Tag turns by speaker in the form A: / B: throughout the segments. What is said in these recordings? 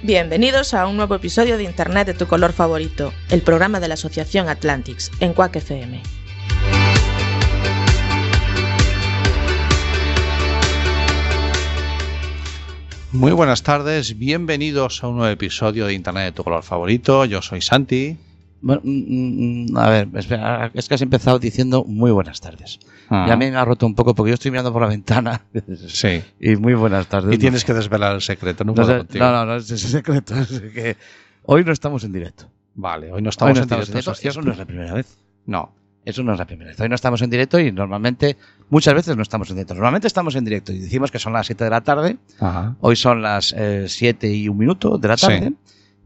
A: Bienvenidos a un nuevo episodio de Internet de tu color favorito, el programa de la Asociación Atlantics en Quack FM.
B: Muy buenas tardes, bienvenidos a un nuevo episodio de Internet de tu color favorito. Yo soy Santi.
C: Bueno, mm, mm, a ver, espera, es que has empezado diciendo muy buenas tardes.
B: Ah.
C: Ya me ha roto un poco porque yo estoy mirando por la ventana
B: Sí.
C: y muy buenas tardes.
B: Y tienes que desvelar el secreto, no
C: no,
B: puedo
C: sé-
B: contigo.
C: no, no, no, es es secreto. es que hoy no estamos en directo.
B: Vale, hoy no estamos
C: Hoy no
B: en directo. ¿eso es
C: Eso
B: cierto?
C: no es la primera vez.
B: No.
C: Eso no es la primera vez. Hoy no estamos en directo y normalmente, muchas veces no estamos en directo. Normalmente estamos en directo y decimos que son las 7 de la tarde.
B: Ajá.
C: Hoy son las 7 y un minuto de la
B: Sí. Mm.
C: tarde.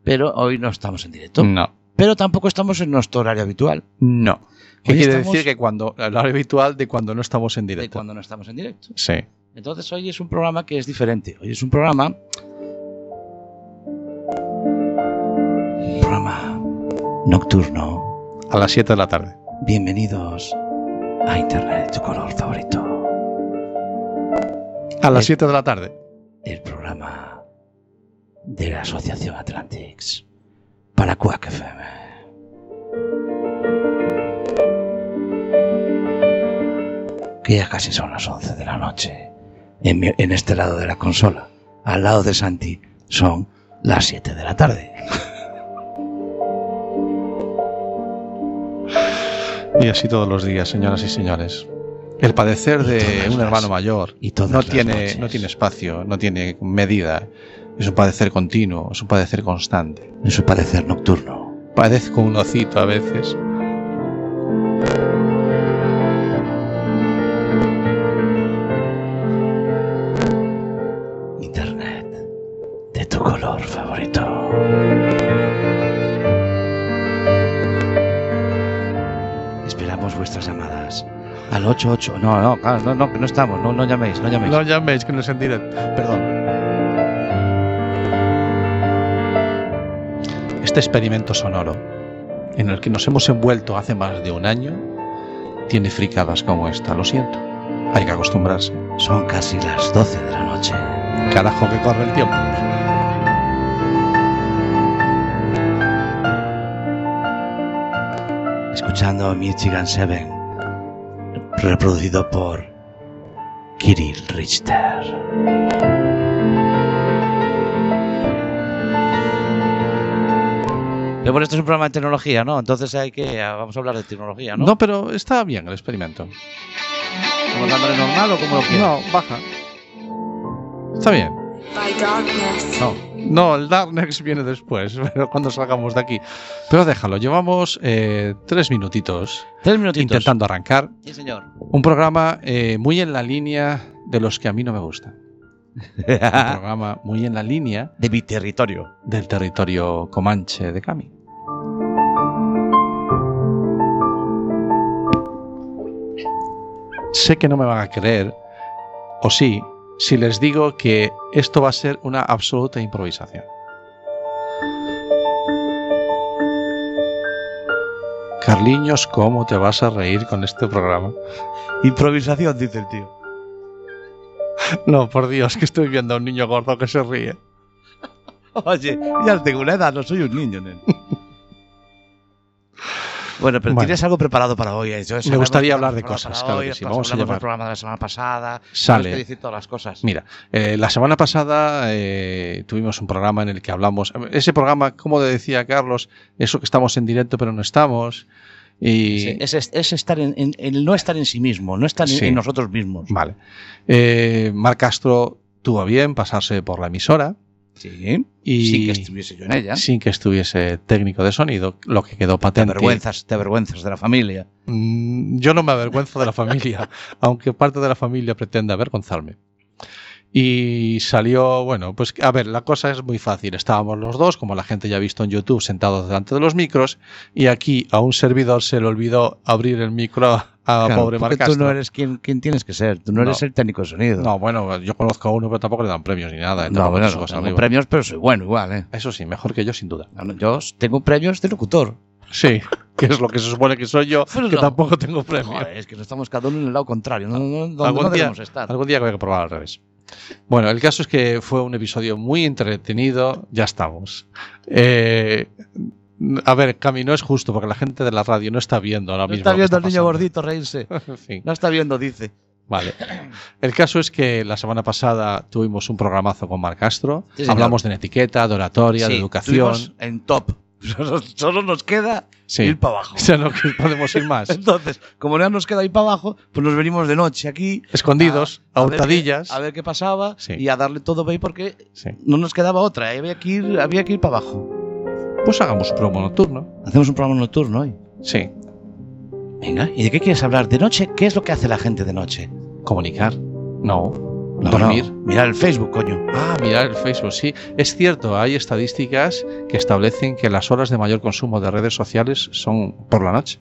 C: Pero hoy no estamos en directo.
B: No.
C: Pero tampoco estamos en nuestro horario habitual.
B: No. ¿Qué
C: Hoy
B: quiere
C: estamos-
B: decir que cuando la hora habitual de cuando no estamos en
C: de
B: directo?
C: cuando no estamos en directo.
B: Sí.
C: Entonces hoy es un programa que es diferente. Hoy es un programa. un programa nocturno.
B: A las 7 de la tarde.
C: Bienvenidos a Internet, tu color favorito.
B: A las
C: Eh.
B: 7 de la tarde.
C: El programa de la Asociación Atlantics para Quack FM. Que ya casi son las 11 de la noche. En, mi- en este lado de la consola, al lado de Santi, son las 7 de la tarde.
B: Y así todos los días, señoras y señores. El padecer
C: Y
B: de
C: todas
B: un
C: las-
B: hermano mayor
C: y todas
B: no
C: las
B: tiene,
C: noches.
B: no tiene espacio, no tiene medida. Es un padecer continuo, es un padecer constante.
C: En su parecer nocturno.
B: Padezco un hocito a veces.
C: Internet de tu color favorito. Esperamos vuestras llamadas al 88. No, no, claro, no, no, no estamos, no, no llaméis, no llaméis.
B: No llaméis, que no es en directo. Perdón. Este experimento sonoro, en el que nos hemos envuelto hace más de un año, tiene fricadas como esta, lo siento. Hay que acostumbrarse.
C: Son casi las 12 de la noche.
B: Carajo que corre el tiempo.
C: Escuchando Michigan 7, reproducido por Kirill Richter. Pero bueno, esto es un programa de tecnología, ¿no? Entonces hay que. ah, Vamos a hablar de tecnología, ¿no?
B: No, pero está bien el experimento.
C: ¿Como dándole normal o como lo quieras?
B: No, baja. Está bien.
D: By darkness.
B: No, no, el Darknex viene después, pero cuando salgamos de aquí. Pero déjalo, llevamos eh, tres minutitos
C: Tres minutitos.
B: intentando arrancar.
C: Sí, señor.
B: Un programa eh, muy en la línea de los que a mí no me gusta. Un
C: de
B: programa muy en la línea
C: mi territorio.
B: del territorio comanche de Cami. Sé que no me van a creer, o sí, si les digo que esto va a ser una absoluta improvisación. Carliños, ¿cómo te vas a reír con este programa?
C: Improvisación, dice el tío.
B: No, por Dios, que estoy viendo a un niño gordo que se ríe.
C: Oye, ya tengo una edad, no soy un niño, nen. Bueno, pero
B: Bueno.
C: tienes algo preparado para hoy. ¿eh? Yo- sabemos
B: gustaría
C: que
B: hablar de
C: tenemos
B: cosas,
C: para
B: claro
C: hoy,
B: que sí.
C: después
B: Vamos a
C: hablamos
B: llamar.
C: del programa de la semana pasada.
B: Sale.
C: Tenemos que decir todas las cosas.
B: Mira, eh, la semana pasada eh, tuvimos un programa en el que hablamos. Ese programa, como decía Carlos, eso que estamos en directo pero no estamos. Y,
C: Sí, es, es- es estar en, en- el no estar en sí mismo, no estar en,
B: Sí.
C: en nosotros mismos.
B: Vale. Eh, Marc Castro tuvo a bien pasarse por la emisora
C: Sí.
B: y
C: Sin que estuviese yo en ella.
B: sin que estuviese técnico de sonido, lo que quedó
C: Te
B: patente.
C: avergüenzas, te avergüenzas de la familia.
B: Mm, Yo no me avergüenzo de la familia, aunque parte de la familia pretenda avergonzarme. Y salió, bueno, pues a ver, la cosa es muy fácil. Estábamos los dos, como la gente ya ha visto en YouTube, sentados delante de los micros, y aquí a un servidor se le olvidó abrir el micro a
C: Claro,
B: Ah, pobre
C: porque
B: Marcastro.
C: tú no eres quien, quien tienes que ser. Tú no,
B: No.
C: eres el técnico de sonido.
B: No, bueno, yo conozco a uno, pero tampoco le dan premios ni nada. ¿eh?
C: No,
B: Tampoco
C: bueno,
B: se
C: no,
B: cosa
C: tengo
B: arriba.
C: premios, pero soy bueno igual, ¿eh?
B: Eso sí, mejor que yo, sin duda.
C: No, no, Yo tengo premios de locutor.
B: Sí, que es lo que se supone que soy yo,
C: Pues
B: que
C: no.
B: tampoco tengo premio.
C: Joder, es que no estamos cada uno en el lado contrario. No, no, no, ¿dónde
B: Algún
C: no
B: día-
C: debemos estar?
B: Algún día voy a probar al revés. Bueno, el caso es que fue un episodio muy entretenido. Ya estamos. Eh, a ver, Cami, no es justo porque la gente de la radio no está viendo ahora
C: No
B: mismo.
C: está
B: lo que
C: viendo al niño
B: pasando.
C: gordito reírse.
B: En fin,
C: No está viendo, dice.
B: vale. El caso es que la semana pasada tuvimos un programazo con Marc Castro.
C: Sí, señor.
B: Hablamos de etiqueta, de oratoria, de
C: Sí,
B: educación.
C: estuvimos En top. Solo, solo nos queda
B: Sí.
C: ir para abajo.
B: O sea, no que podemos ir más.
C: Entonces, como no nos queda ir para abajo, pues nos venimos de noche aquí.
B: Escondidos, a,
C: ver qué-
B: hurtadillas.
C: A ver qué pasaba
B: Sí.
C: y a darle todo ahí porque
B: Sí.
C: no nos quedaba otra. ¿eh? Había que ir, había que ir para abajo.
B: Pues hagamos promo nocturno.
C: Hacemos un programa nocturno hoy.
B: Sí.
C: Venga, ¿y de qué quieres hablar? ¿De noche? ¿Qué es lo que hace la gente de noche?
B: Comunicar. No.
C: No,
B: Dormir.
C: no, mirar el Facebook, coño.
B: Ah, mirar el Facebook, sí. Es cierto, hay estadísticas que establecen que las horas de mayor consumo de redes sociales son por la noche.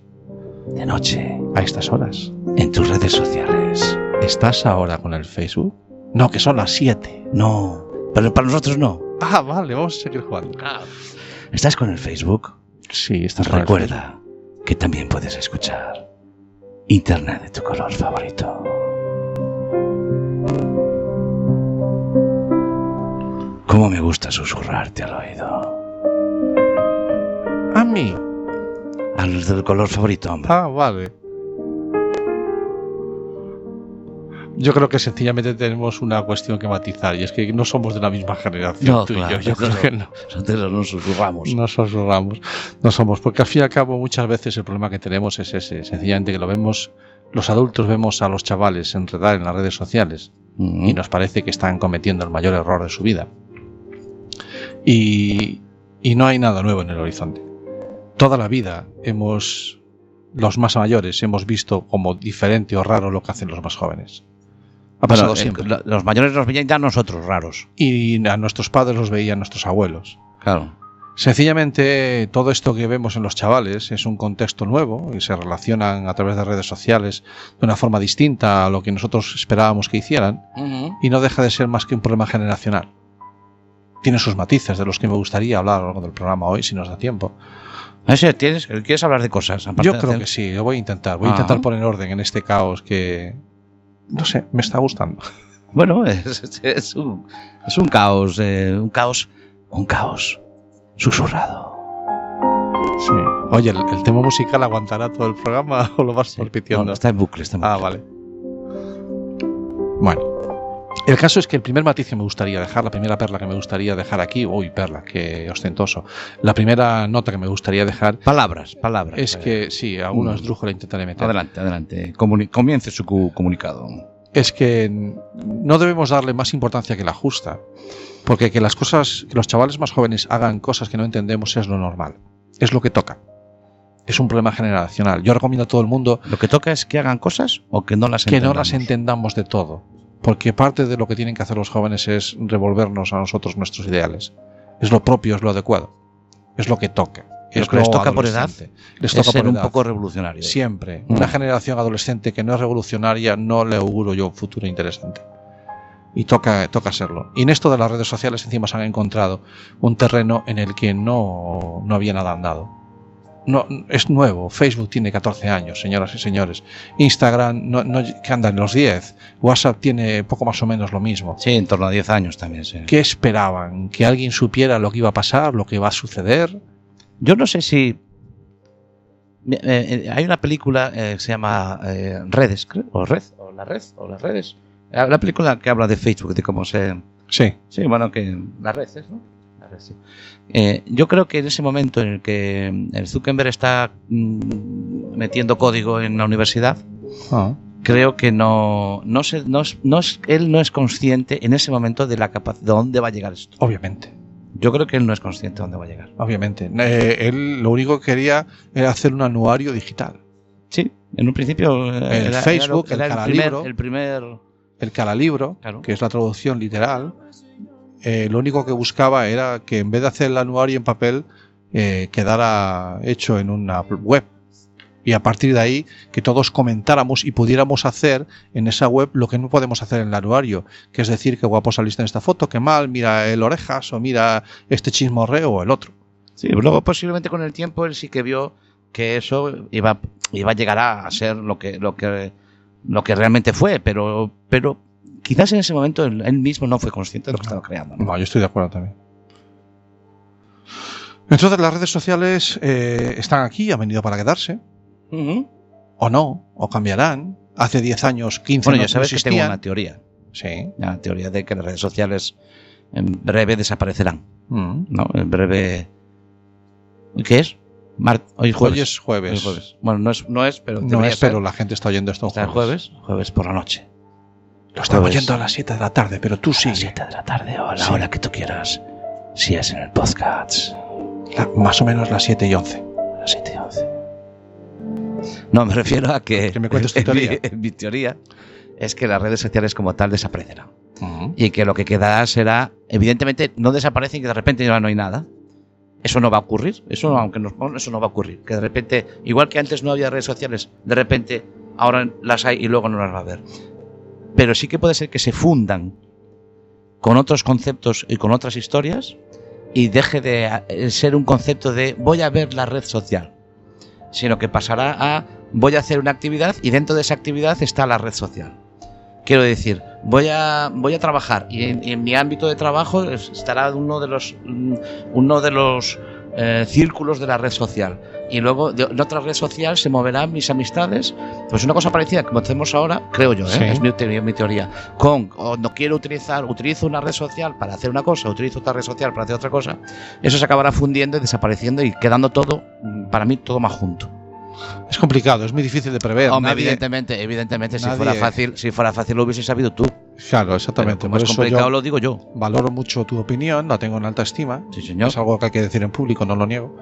C: De noche,
B: A estas horas.
C: en tus redes sociales.
B: ¿Estás ahora con el Facebook? No, que son las 7.
C: No, pero para nosotros no.
B: Ah, vale, vamos a seguir jugando.
C: ¿Estás con el Facebook?
B: Sí, estás Ah. con el
C: Recuerda que también puedes escuchar Internet de tu color favorito. ¿Cómo me gusta susurrarte al oído?
B: Facebook. A mí.
C: Al del color favorito, hombre.
B: Ah, vale. Yo creo que sencillamente tenemos una cuestión que matizar y es que no somos de la misma generación.
C: No,
B: tú y yo.
C: claro,
B: yo creo
C: claro.
B: que no.
C: Nosotros nos susurramos.
B: No susurramos, no somos, porque al fin y al cabo muchas veces el problema que tenemos es ese, sencillamente que lo vemos, los adultos vemos a los chavales enredar en las redes sociales
C: Mm.
B: y nos parece que están cometiendo el mayor error de su vida. Y, y no hay nada nuevo en el horizonte. Toda la vida hemos, los más mayores, hemos visto como diferente o raro lo que hacen los más jóvenes. Ha
C: Bueno, eh,
B: pasado
C: el-
B: siempre.
C: lo- los mayores nos veían ya nosotros raros.
B: Y a nuestros padres los veían nuestros abuelos.
C: Claro.
B: Sencillamente, todo esto que vemos en los chavales es un contexto nuevo y se relacionan a través de redes sociales de una forma distinta a lo que nosotros esperábamos que hicieran y no deja de ser más que un problema generacional. Tiene sus matices de los que me gustaría hablar a lo largo del programa hoy, si nos da tiempo.
C: Ese, ¿tienes, ¿Quieres hablar de cosas? aparte
B: Yo
C: de
B: creo
C: hacer-
B: que sí, lo voy a intentar. Voy a
C: Ah.
B: intentar poner orden en este caos que, no sé, me está gustando.
C: Bueno, es, es un, es un caos, eh, un caos, un caos susurrado.
B: Sí. Oye, ¿el, el tema musical aguantará todo el programa o lo vas repitiendo?
C: No, está en bucle, está en
B: Ah,
C: bucle.
B: vale. Bueno. El caso es que el primer matiz que me gustaría dejar, la primera perla que me gustaría dejar aquí, uy, perla, qué ostentoso. La primera nota que me gustaría dejar
C: Palabras, palabras.
B: es
C: Vale.
B: que, sí, a unos
C: Mm.
B: esdrújula intentaré meter.
C: Adelante, adelante. Comuni- comience su cu- comunicado.
B: Es que no debemos darle más importancia que la justa, porque que las cosas, que los chavales más jóvenes hagan cosas que no entendemos es lo normal, es lo que toca. Es un problema generacional. Yo recomiendo a todo el mundo
C: Lo que toca es que hagan cosas o que no las
B: que no
C: entendamos.
B: las entendamos de todo, porque parte de lo que tienen que hacer los jóvenes es revolvernos a nosotros nuestros ideales. Es lo propio, es lo adecuado, es lo que toca.
C: Lo
B: es
C: que les toca por
B: adolescente. Les
C: Es
B: toca
C: ser
B: por
C: un
B: edad.
C: poco revolucionario.
B: Siempre.
C: Mm.
B: Una generación adolescente que no es revolucionaria no le auguro yo un futuro interesante. Y toca, toca serlo. Y en esto de las redes sociales encima se han encontrado un terreno en el que no, no había nada andado. No, es nuevo. Facebook tiene 14 años, señoras y señores. Instagram no, no, que anda en los 10. WhatsApp tiene poco más o menos lo mismo.
C: Sí, en torno a 10 años también. sí.
B: ¿Qué esperaban? ¿Que alguien supiera lo que iba a pasar, lo que va a suceder?
C: Yo no sé si. Eh, eh, hay una película eh, que se llama eh, Redes, creo, o Red, o La Red, o las redes. Eh, La película que habla de Facebook, de cómo se.
B: Sí.
C: Sí, bueno, que las redes, ¿no? Las redes, sí. Eh, yo creo que en ese momento en el que el Zuckerberg está mm, metiendo código en la universidad,
B: Ah,
C: creo que no, no, se, no, es- no es- él no es consciente en ese momento de la capacidad, de dónde va a llegar esto.
B: Obviamente.
C: Yo creo que él no es consciente de dónde va a llegar.
B: Obviamente. Eh, él lo único que quería era hacer un anuario digital.
C: Sí, en un principio eh,
B: El Facebook, el
C: primer,
B: Caralibro.
C: el primer
B: el calalibro,
C: Claro.
B: que es la traducción literal, eh, lo único que buscaba era que en vez de hacer el anuario en papel, eh, quedara hecho en una web. Y a partir de ahí, que todos comentáramos y pudiéramos hacer en esa web lo que no podemos hacer en el anuario, que es decir, qué guapo saliste en esta foto, qué mal, mira el orejas o mira este chismorreo o el otro.
C: Sí, luego posiblemente con el tiempo él sí que vio que eso iba, iba a llegar a ser lo que, lo que, lo que realmente fue, pero, pero quizás en ese momento él, él mismo no fue consciente de lo que estaba creando. ¿no?
B: No, yo estoy de acuerdo también. Entonces las redes sociales eh, están aquí, han venido para quedarse,
C: Ujú.
B: o no, o cambiarán. Hace 10 años, 15
C: Bueno,
B: no-
C: ya sabes
B: no
C: que tengo
B: existían.
C: una teoría,
B: Sí.
C: la teoría de que las redes sociales en breve desaparecerán,
B: Mm.
C: ¿no? En breve... ¿Hoy ¿Qué es? Mar- Hoy jueves.
B: Hoy es
C: Hoy
B: jueves.
C: es jueves. Bueno, no es, no es, pero
B: No
C: debería
B: es, pero
C: ser.
B: la gente está oyendo esto un
C: Está el
B: jueves.
C: jueves, jueves por la noche.
B: Lo estamos
C: Jueves.
B: oyendo a las 7 de la tarde, pero tú
C: a
B: sí.
C: las 7 de la tarde o a la
B: Sí.
C: hora que tú quieras. Si es en el podcast,
B: Más o menos las 7 y 11.
C: a las 7 y 11. No, me refiero a que.
B: Que me cuentes tu
C: en mi-
B: teoría.
C: en mi teoría es que las redes sociales como tal desaparecerán. Y que lo que quedará será. Evidentemente, no desaparecen y de repente ya no hay nada. Eso no va a ocurrir. Eso, aunque nos pongan, eso no va a ocurrir. Que de repente, igual que antes no había redes sociales, de repente ahora las hay y luego no las va a haber. Pero sí que puede ser que se fundan con otros conceptos y con otras historias y deje de eh, ser un concepto de voy a ver la red social, sino que pasará a voy a hacer una actividad y dentro de esa actividad está la red social. Quiero decir, voy a, voy a trabajar y en, y en mi ámbito de trabajo es- estará uno de los, mm, uno de los eh, círculos de la red social. Y luego de, de otra red social se moverán mis amistades. Pues una cosa parecida como hacemos ahora, creo yo, ¿eh?
B: Sí.
C: es mi, teoría- mi teoría. Con, o no quiero utilizar, utilizo una red social para hacer una cosa, utilizo otra red social para hacer otra cosa. Eso se acabará fundiendo y desapareciendo y quedando todo, mm, para mí, todo más junto.
B: Es complicado, es muy difícil de prever.
C: Hombre,
B: Nadie-
C: evidentemente, evidentemente, si
B: nadie-
C: fuera fácil, si fuera fácil lo hubiese sabido tú.
B: Claro,
C: Pero
B: exactamente.
C: como
B: Por
C: es
B: eso
C: complicado,
B: yo
C: lo digo yo.
B: valoro mucho tu opinión, la tengo en alta estima.
C: Sí, señor.
B: Es algo que hay que decir en público, no lo niego.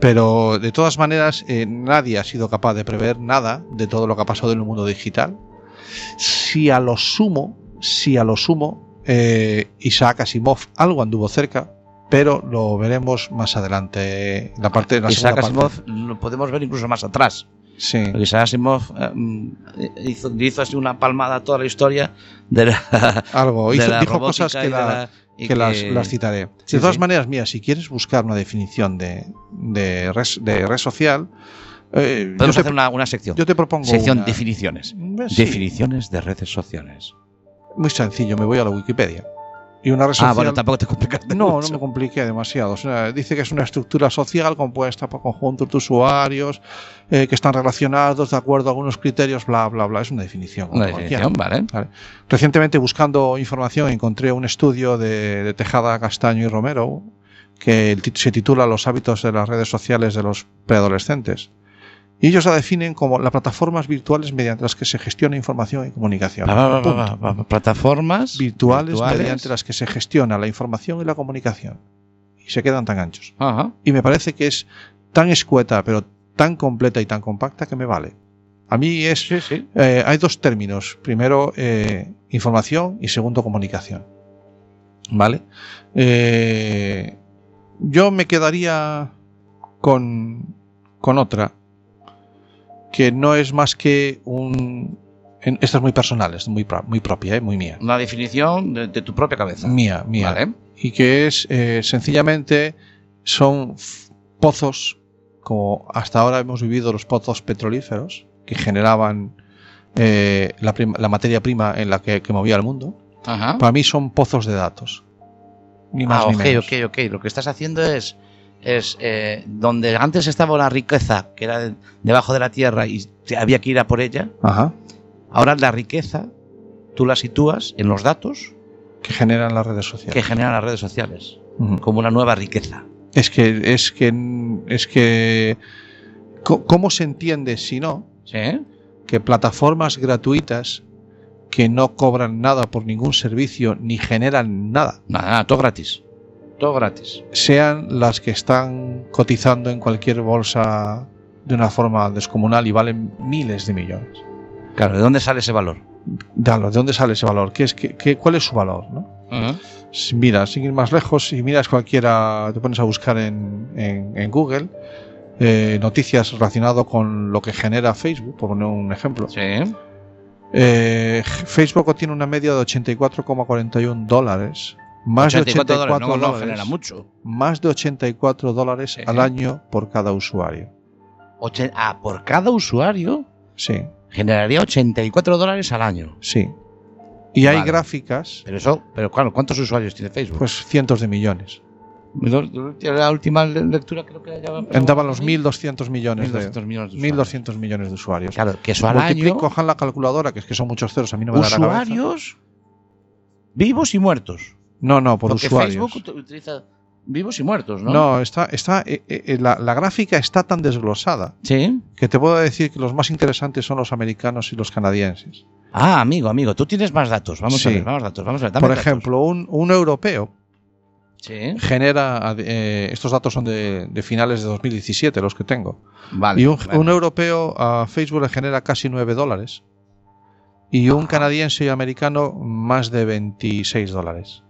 B: Pero de todas maneras, eh, nadie ha sido capaz de prever nada de todo lo que ha pasado en el mundo digital. Si a lo sumo, si a lo sumo, eh, Isaac Asimov algo anduvo cerca, pero lo veremos más adelante. en La parte, en la
C: Isaac
B: segunda parte.
C: Asimov lo podemos ver incluso más atrás.
B: Sí.
C: Porque Isaac Asimov eh, mm, hizo, hizo así una palmada a toda la historia de la,
B: Algo.
C: de
B: Hizo-
C: la
B: dijo
C: robótica
B: cosas
C: y
B: que,
C: de
B: la-
C: la- y
B: que las,
C: que-
B: las citaré.
C: Sí,
B: de todas
C: sí.
B: maneras, mira, si quieres buscar una definición de, de, red, de red social, eh, yo,
C: Podemos
B: te,
C: hacer una, una sección.
B: yo te propongo
C: sección
B: una-
C: definiciones.
B: Eh, sí,
C: Definiciones de redes sociales.
B: Muy sencillo, me voy a la Wikipedia. Y una red
C: Ah,
B: social-
C: bueno, tampoco te complicaste
B: no, no
C: mucho.
B: me complique demasiado. Es una- dice que es una estructura social compuesta por conjuntos de usuarios eh, que están relacionados de acuerdo a algunos criterios, bla, bla, bla. Es una definición. como
C: Una
B: cualquiera.
C: definición, ¿vale?
B: Recientemente buscando información encontré un estudio de, de Tejada, Castaño y Romero que el tit- se titula Los hábitos de las redes sociales de los preadolescentes. Y ellos la definen como las plataformas virtuales mediante las que se gestiona información y comunicación.
C: Va, va, va,
B: Punto.
C: va, va, va. Plataformas
B: Virtuales, mediante las que se gestiona la información y la comunicación. Y se quedan tan anchos.
C: Ajá.
B: Y me parece que es tan escueta, pero tan completa y tan compacta que me vale. A mí es
C: Sí, sí.
B: eh, hay dos términos. Primero, eh, información y segundo, comunicación. ¿Vale? Eh, yo me quedaría con, con otra, que no es más que un... en- esta es muy personal, es muy, pro- muy propia, eh, muy mía.
C: Una definición de, de tu propia cabeza.
B: Mía, mía.
C: Vale.
B: Y que es, eh, sencillamente, son f- pozos, como hasta ahora hemos vivido los pozos petrolíferos, que generaban eh, la, prim- la materia prima en la que, que movía el mundo.
C: Ajá.
B: Para mí son pozos de datos. Ni más
C: Ah,
B: ni
C: ok,
B: menos.
C: ok, ok. Lo que estás haciendo es, es eh, donde antes estaba la riqueza, que era de- debajo de la tierra y te- había que ir a por ella,
B: Ajá.
C: ahora la riqueza tú la sitúas en los datos
B: Que generan las redes
C: que
B: sociales.
C: generan las redes sociales,
B: Ujú.
C: como una nueva riqueza.
B: Es que, es que, es que, co- ¿cómo se entiende si no
C: ¿Sí?
B: que plataformas gratuitas que no cobran nada por ningún servicio ni generan nada
C: Nada, nada, todo gratis. Todo gratis.
B: sean las que están cotizando en cualquier bolsa de una forma descomunal y valen miles de millones?
C: Claro, ¿de dónde sale ese valor?
B: dalo, ¿de dónde sale ese valor? ¿Qué es, qué, qué- ¿Cuál es su valor? ¿no?
C: Ujú.
B: Si- Mira, sin ir más lejos, si miras cualquiera, te pones a buscar en, en- en Google eh, noticias relacionadas con lo que genera Facebook, por poner un ejemplo.
C: Sí.
B: Eh, Facebook obtiene una media de 84,41 dólares. Más
C: 84
B: de 84
C: dólares, no, no
B: dólares,
C: genera mucho.
B: más de 84 dólares al
C: Ejé.
B: año por cada usuario.
C: Oche- ah, por cada usuario
B: Sí,
C: generaría 84 dólares al año.
B: sí. Y hay
C: Vale.
B: gráficas,
C: Pero eso, pero claro, ¿cuántos usuarios tiene Facebook?
B: pues cientos de millones.
C: la última le- lectura creo que ya
B: Andaban los 1.200 millones de,
C: 1.200 millones de usuarios.
B: 1.200 millones de usuarios.
C: Claro, que eso al
B: Multiplico,
C: año.
B: cojan la calculadora, que es que son muchos ceros, a mí no me da la cabeza.
C: usuarios vivos y muertos.
B: No, no, por
C: Porque
B: usuarios.
C: Facebook ut- utiliza vivos y muertos, ¿no?
B: ¿no? está, está, eh, eh, la, la gráfica está tan desglosada
C: Sí.
B: que te puedo decir que los más interesantes son los americanos y los canadienses.
C: Ah, amigo, amigo, tú tienes más datos. Vamos a
B: Sí.
C: ver, vamos datos, vamos a ver. dame
B: Por
C: datos.
B: ejemplo, un, un europeo
C: Sí.
B: genera, eh, estos datos son de, de finales de 2017 los que tengo,
C: Vale.
B: y un,
C: vale.
B: un europeo a Facebook le genera casi 9 dólares y un canadiense y americano más de 26 dólares.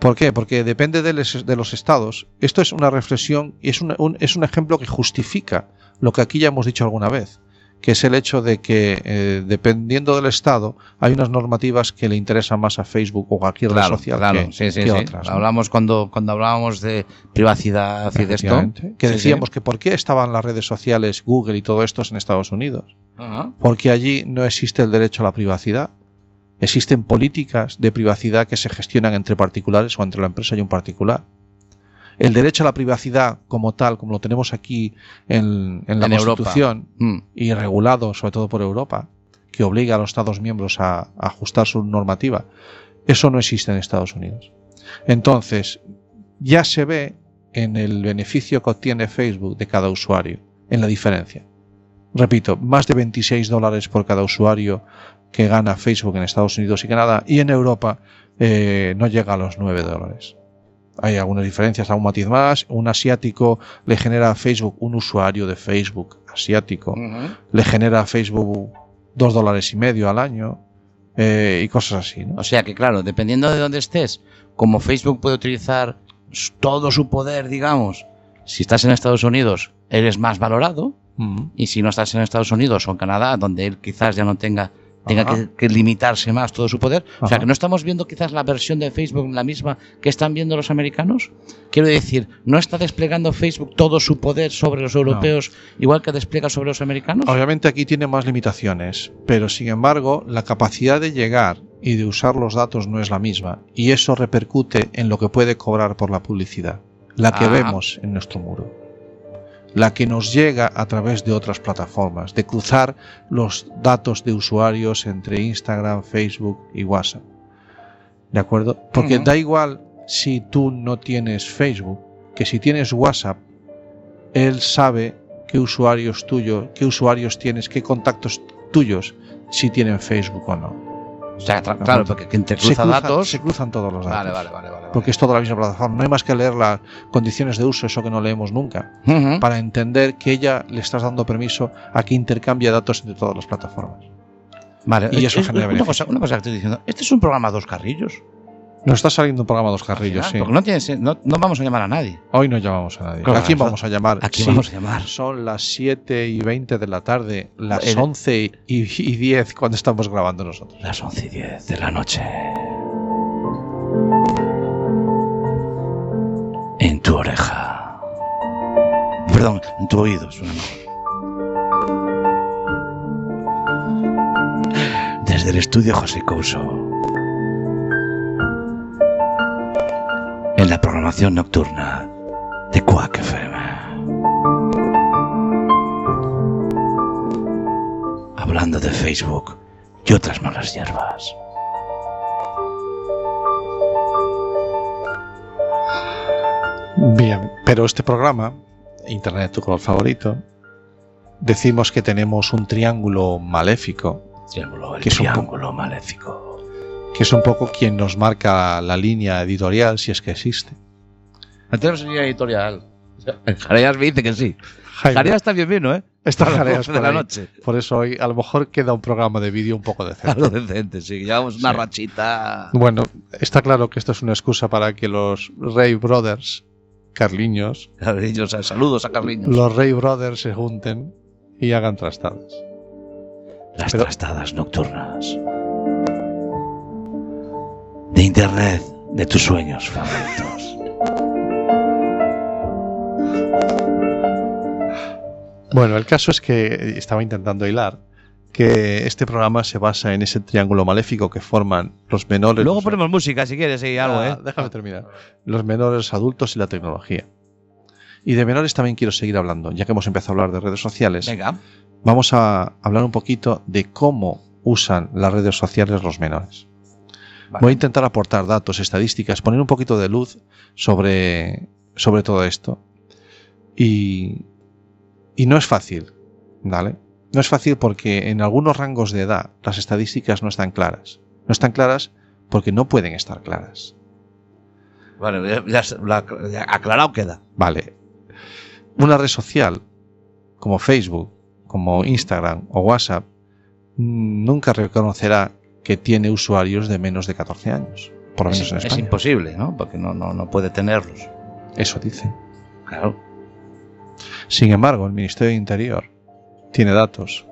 B: ¿Por qué? Porque depende de les- de los estados. Esto es una reflexión y es un, un- es un ejemplo que justifica lo que aquí ya hemos dicho alguna vez, que es el hecho de que eh, dependiendo del estado hay unas normativas que le interesan más a Facebook o cualquier red
C: Claro,
B: social
C: claro,
B: que,
C: sí, sí,
B: que
C: sí.
B: otras. ¿no?
C: Hablamos cuando, cuando hablábamos de privacidad y de esto.
B: Efectivamente. Que
C: Sí,
B: decíamos
C: sí.
B: que por qué estaban las redes sociales, Google y todo esto en Estados Unidos.
C: Ajá.
B: porque allí no existe el derecho a la privacidad. Existen políticas de privacidad que se gestionan entre particulares o entre la empresa y un particular. El derecho a la privacidad como tal, como lo tenemos aquí en, en la
C: En Europa.
B: Constitución
C: Mm.
B: y regulado sobre todo por Europa, que obliga a los Estados miembros a, a ajustar su normativa, eso no existe en Estados Unidos. Entonces, ya se ve en el beneficio que obtiene Facebook de cada usuario, en la diferencia. Repito, más de 26 dólares por cada usuario que gana Facebook en Estados Unidos y Canadá, y en Europa eh, no llega a los 9 dólares. Hay algunas diferencias, algún matiz más. Un asiático le genera a Facebook, un usuario de Facebook asiático,
C: Ujú.
B: le genera a Facebook dos dólares y medio al año eh, y cosas así. ¿no?
C: O sea que, claro, dependiendo de dónde estés, como Facebook puede utilizar s- todo su poder, digamos, si estás en Estados Unidos, eres más valorado.
B: Mm.
C: Y si no estás en Estados Unidos o en Canadá, donde él quizás ya no tenga, tenga
B: Ajá.
C: que, que limitarse más todo su poder. O
B: Ajá.
C: sea, que no estamos viendo quizás la versión de Facebook la misma que están viendo los americanos. Quiero decir, ¿no está desplegando Facebook todo su poder sobre los europeos igual que despliega sobre los americanos?
B: Obviamente aquí tiene más limitaciones, pero sin embargo la capacidad de llegar y de usar los datos no es la misma y eso repercute en lo que puede cobrar por la publicidad, la que
C: Ah.
B: vemos en nuestro muro, la que nos llega a través de otras plataformas, de cruzar los datos de usuarios entre Instagram, Facebook y WhatsApp. ¿De acuerdo? Porque
C: Ujú.
B: da igual si tú no tienes Facebook, que si tienes WhatsApp, él sabe qué usuarios tuyos, qué usuarios tienes, qué contactos tuyos, si tienen Facebook o no.
C: O sea, tra- claro, porque quien te cruza
B: cruzan-
C: datos.
B: se cruzan todos los datos.
C: Vale, vale, vale, vale.
B: Porque es toda la misma plataforma. No hay más que leer las condiciones de uso, eso que no leemos nunca,
C: vale. Ujú.
B: para entender que ella le estás dando permiso a que intercambie datos entre todas las plataformas.
C: Vale,
B: y eso
C: es- es
B: genera
C: una
B: beneficio.
C: cosa, una cosa que estoy diciendo. Este es un programa dos carrillos.
B: Nos está saliendo un programa dos carrillos,
C: Al final,
B: sí.
C: Porque no, tienes- no, no vamos a llamar a nadie.
B: Hoy no llamamos a nadie.
C: Claro,
B: ¿A quién
C: eso-
B: vamos a llamar? Pues
C: Aquí
B: Sí,
C: vamos a llamar.
B: Son las 7 y 20 de la tarde, las
C: El-
B: 11 y, y 10 cuando estamos grabando nosotros.
C: Las 11 y 10 de la noche. En tu oreja. Perdón, en tu oído. suena mejor. Desde el estudio José Couso. En la programación nocturna de Quack FM. Hablando de Facebook y otras malas hierbas.
B: Bien, pero este programa, Internet tu color favorito, decimos que tenemos un triángulo maléfico,
C: Triángulo, el
B: Que es un
C: triángulo maléfico.
B: que es un poco quien nos marca la línea editorial, si es que existe.
C: Antes no sería editorial. Jareas me dice que sí.
B: Jaime,
C: Jareas también vino, ¿eh?
B: Estas
C: a las
B: tareas
C: 12 de la
B: por ahí.
C: noche.
B: Por eso hoy a lo mejor queda un programa de vídeo un poco
C: A
B: decente.
C: lo decente, sí. Llevamos una
B: Sí.
C: rachita.
B: Bueno, está claro que esto es una excusa para que los Ray Brothers, Carliños,
C: Carliños, eh, saludos a Carliños.
B: los Ray Brothers se junten y hagan trastadas.
C: Las
B: Pero-
C: trastadas nocturnas. De internet, de tus sueños favoritos.
B: Bueno, el caso es que estaba intentando hilar que este programa se basa en ese triángulo maléfico que forman los menores.
C: Luego
B: los-
C: ponemos música si quieres y algo,
B: pues, Ah,
C: ¿eh?
B: Déjame terminar. Los menores, los adultos y la tecnología. Y de menores también quiero seguir hablando, ya que hemos empezado a hablar de redes sociales.
C: Venga.
B: Vamos a hablar un poquito de cómo usan las redes sociales los menores.
C: Vale.
B: Voy a intentar aportar datos, estadísticas, poner un poquito de luz sobre, sobre todo esto. Y, y no es fácil, ¿vale? No es fácil porque en algunos rangos de edad las estadísticas no están claras. No están claras porque no pueden estar claras.
C: Bueno, ya, ya se- la- ya aclarado queda.
B: Vale. Una red social como Facebook, como Instagram o WhatsApp mm, nunca reconocerá que tiene usuarios de menos de 14 años. Por lo menos
C: Es,
B: en
C: es
B: España.
C: imposible, ¿no? Porque no, no, no puede tenerlos.
B: Eso dicen.
C: Claro.
B: Sin embargo, el Ministerio de Interior tiene datos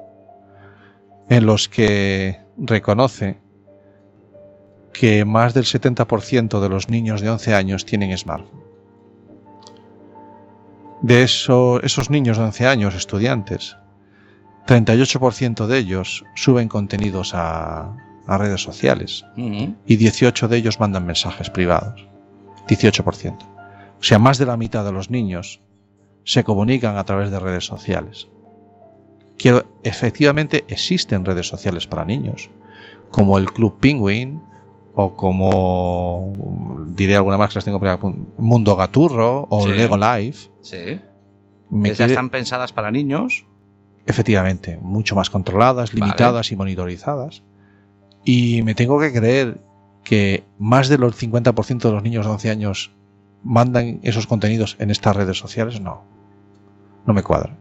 B: en los que reconoce que más del 70% de los niños de 11 años tienen smartphone. De eso- esos niños de 11 años, estudiantes, 38% de ellos suben contenidos a- a redes sociales
C: Ujú.
B: y 18 de ellos mandan mensajes privados. 18%. O sea, más de la mitad de los niños se comunican a través de redes sociales. Quiero, efectivamente existen redes sociales para niños, como el Club Penguin o como diré alguna más que las tengo por ahí apun- Mundo Gaturro o
C: Sí.
B: Lego Life.
C: Sí.
B: Me
C: Esas
B: quedé-
C: están pensadas para niños.
B: efectivamente, mucho más controladas,
C: Vale.
B: limitadas y monitorizadas. Y me tengo que creer que más del 50% de los niños de 11 años mandan esos contenidos en estas redes sociales. No, no me cuadra.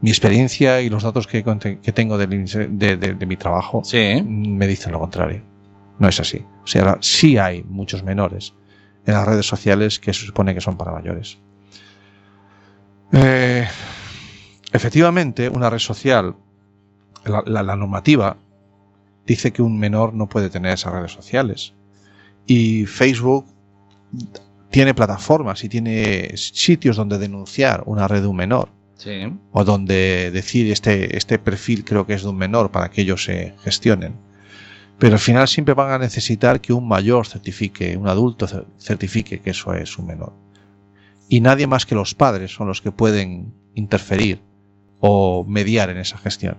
B: Mi experiencia y los datos que, conte- que tengo del inse- de, de- de mi trabajo
C: Sí.
B: me dicen lo contrario. No es así. O sea, sí hay muchos menores en las redes sociales que se supone que son para mayores. Eh, efectivamente, una red social, la, la- la normativa, dice que un menor no puede tener esas redes sociales. Y Facebook tiene plataformas y tiene sitios donde denunciar una red de un menor
C: Sí.
B: o donde decir este, este perfil creo que es de un menor para que ellos se gestionen. Pero al final siempre van a necesitar que un mayor certifique, un adulto cer- certifique que eso es un menor. Y nadie más que los padres son los que pueden interferir o mediar en esa gestión.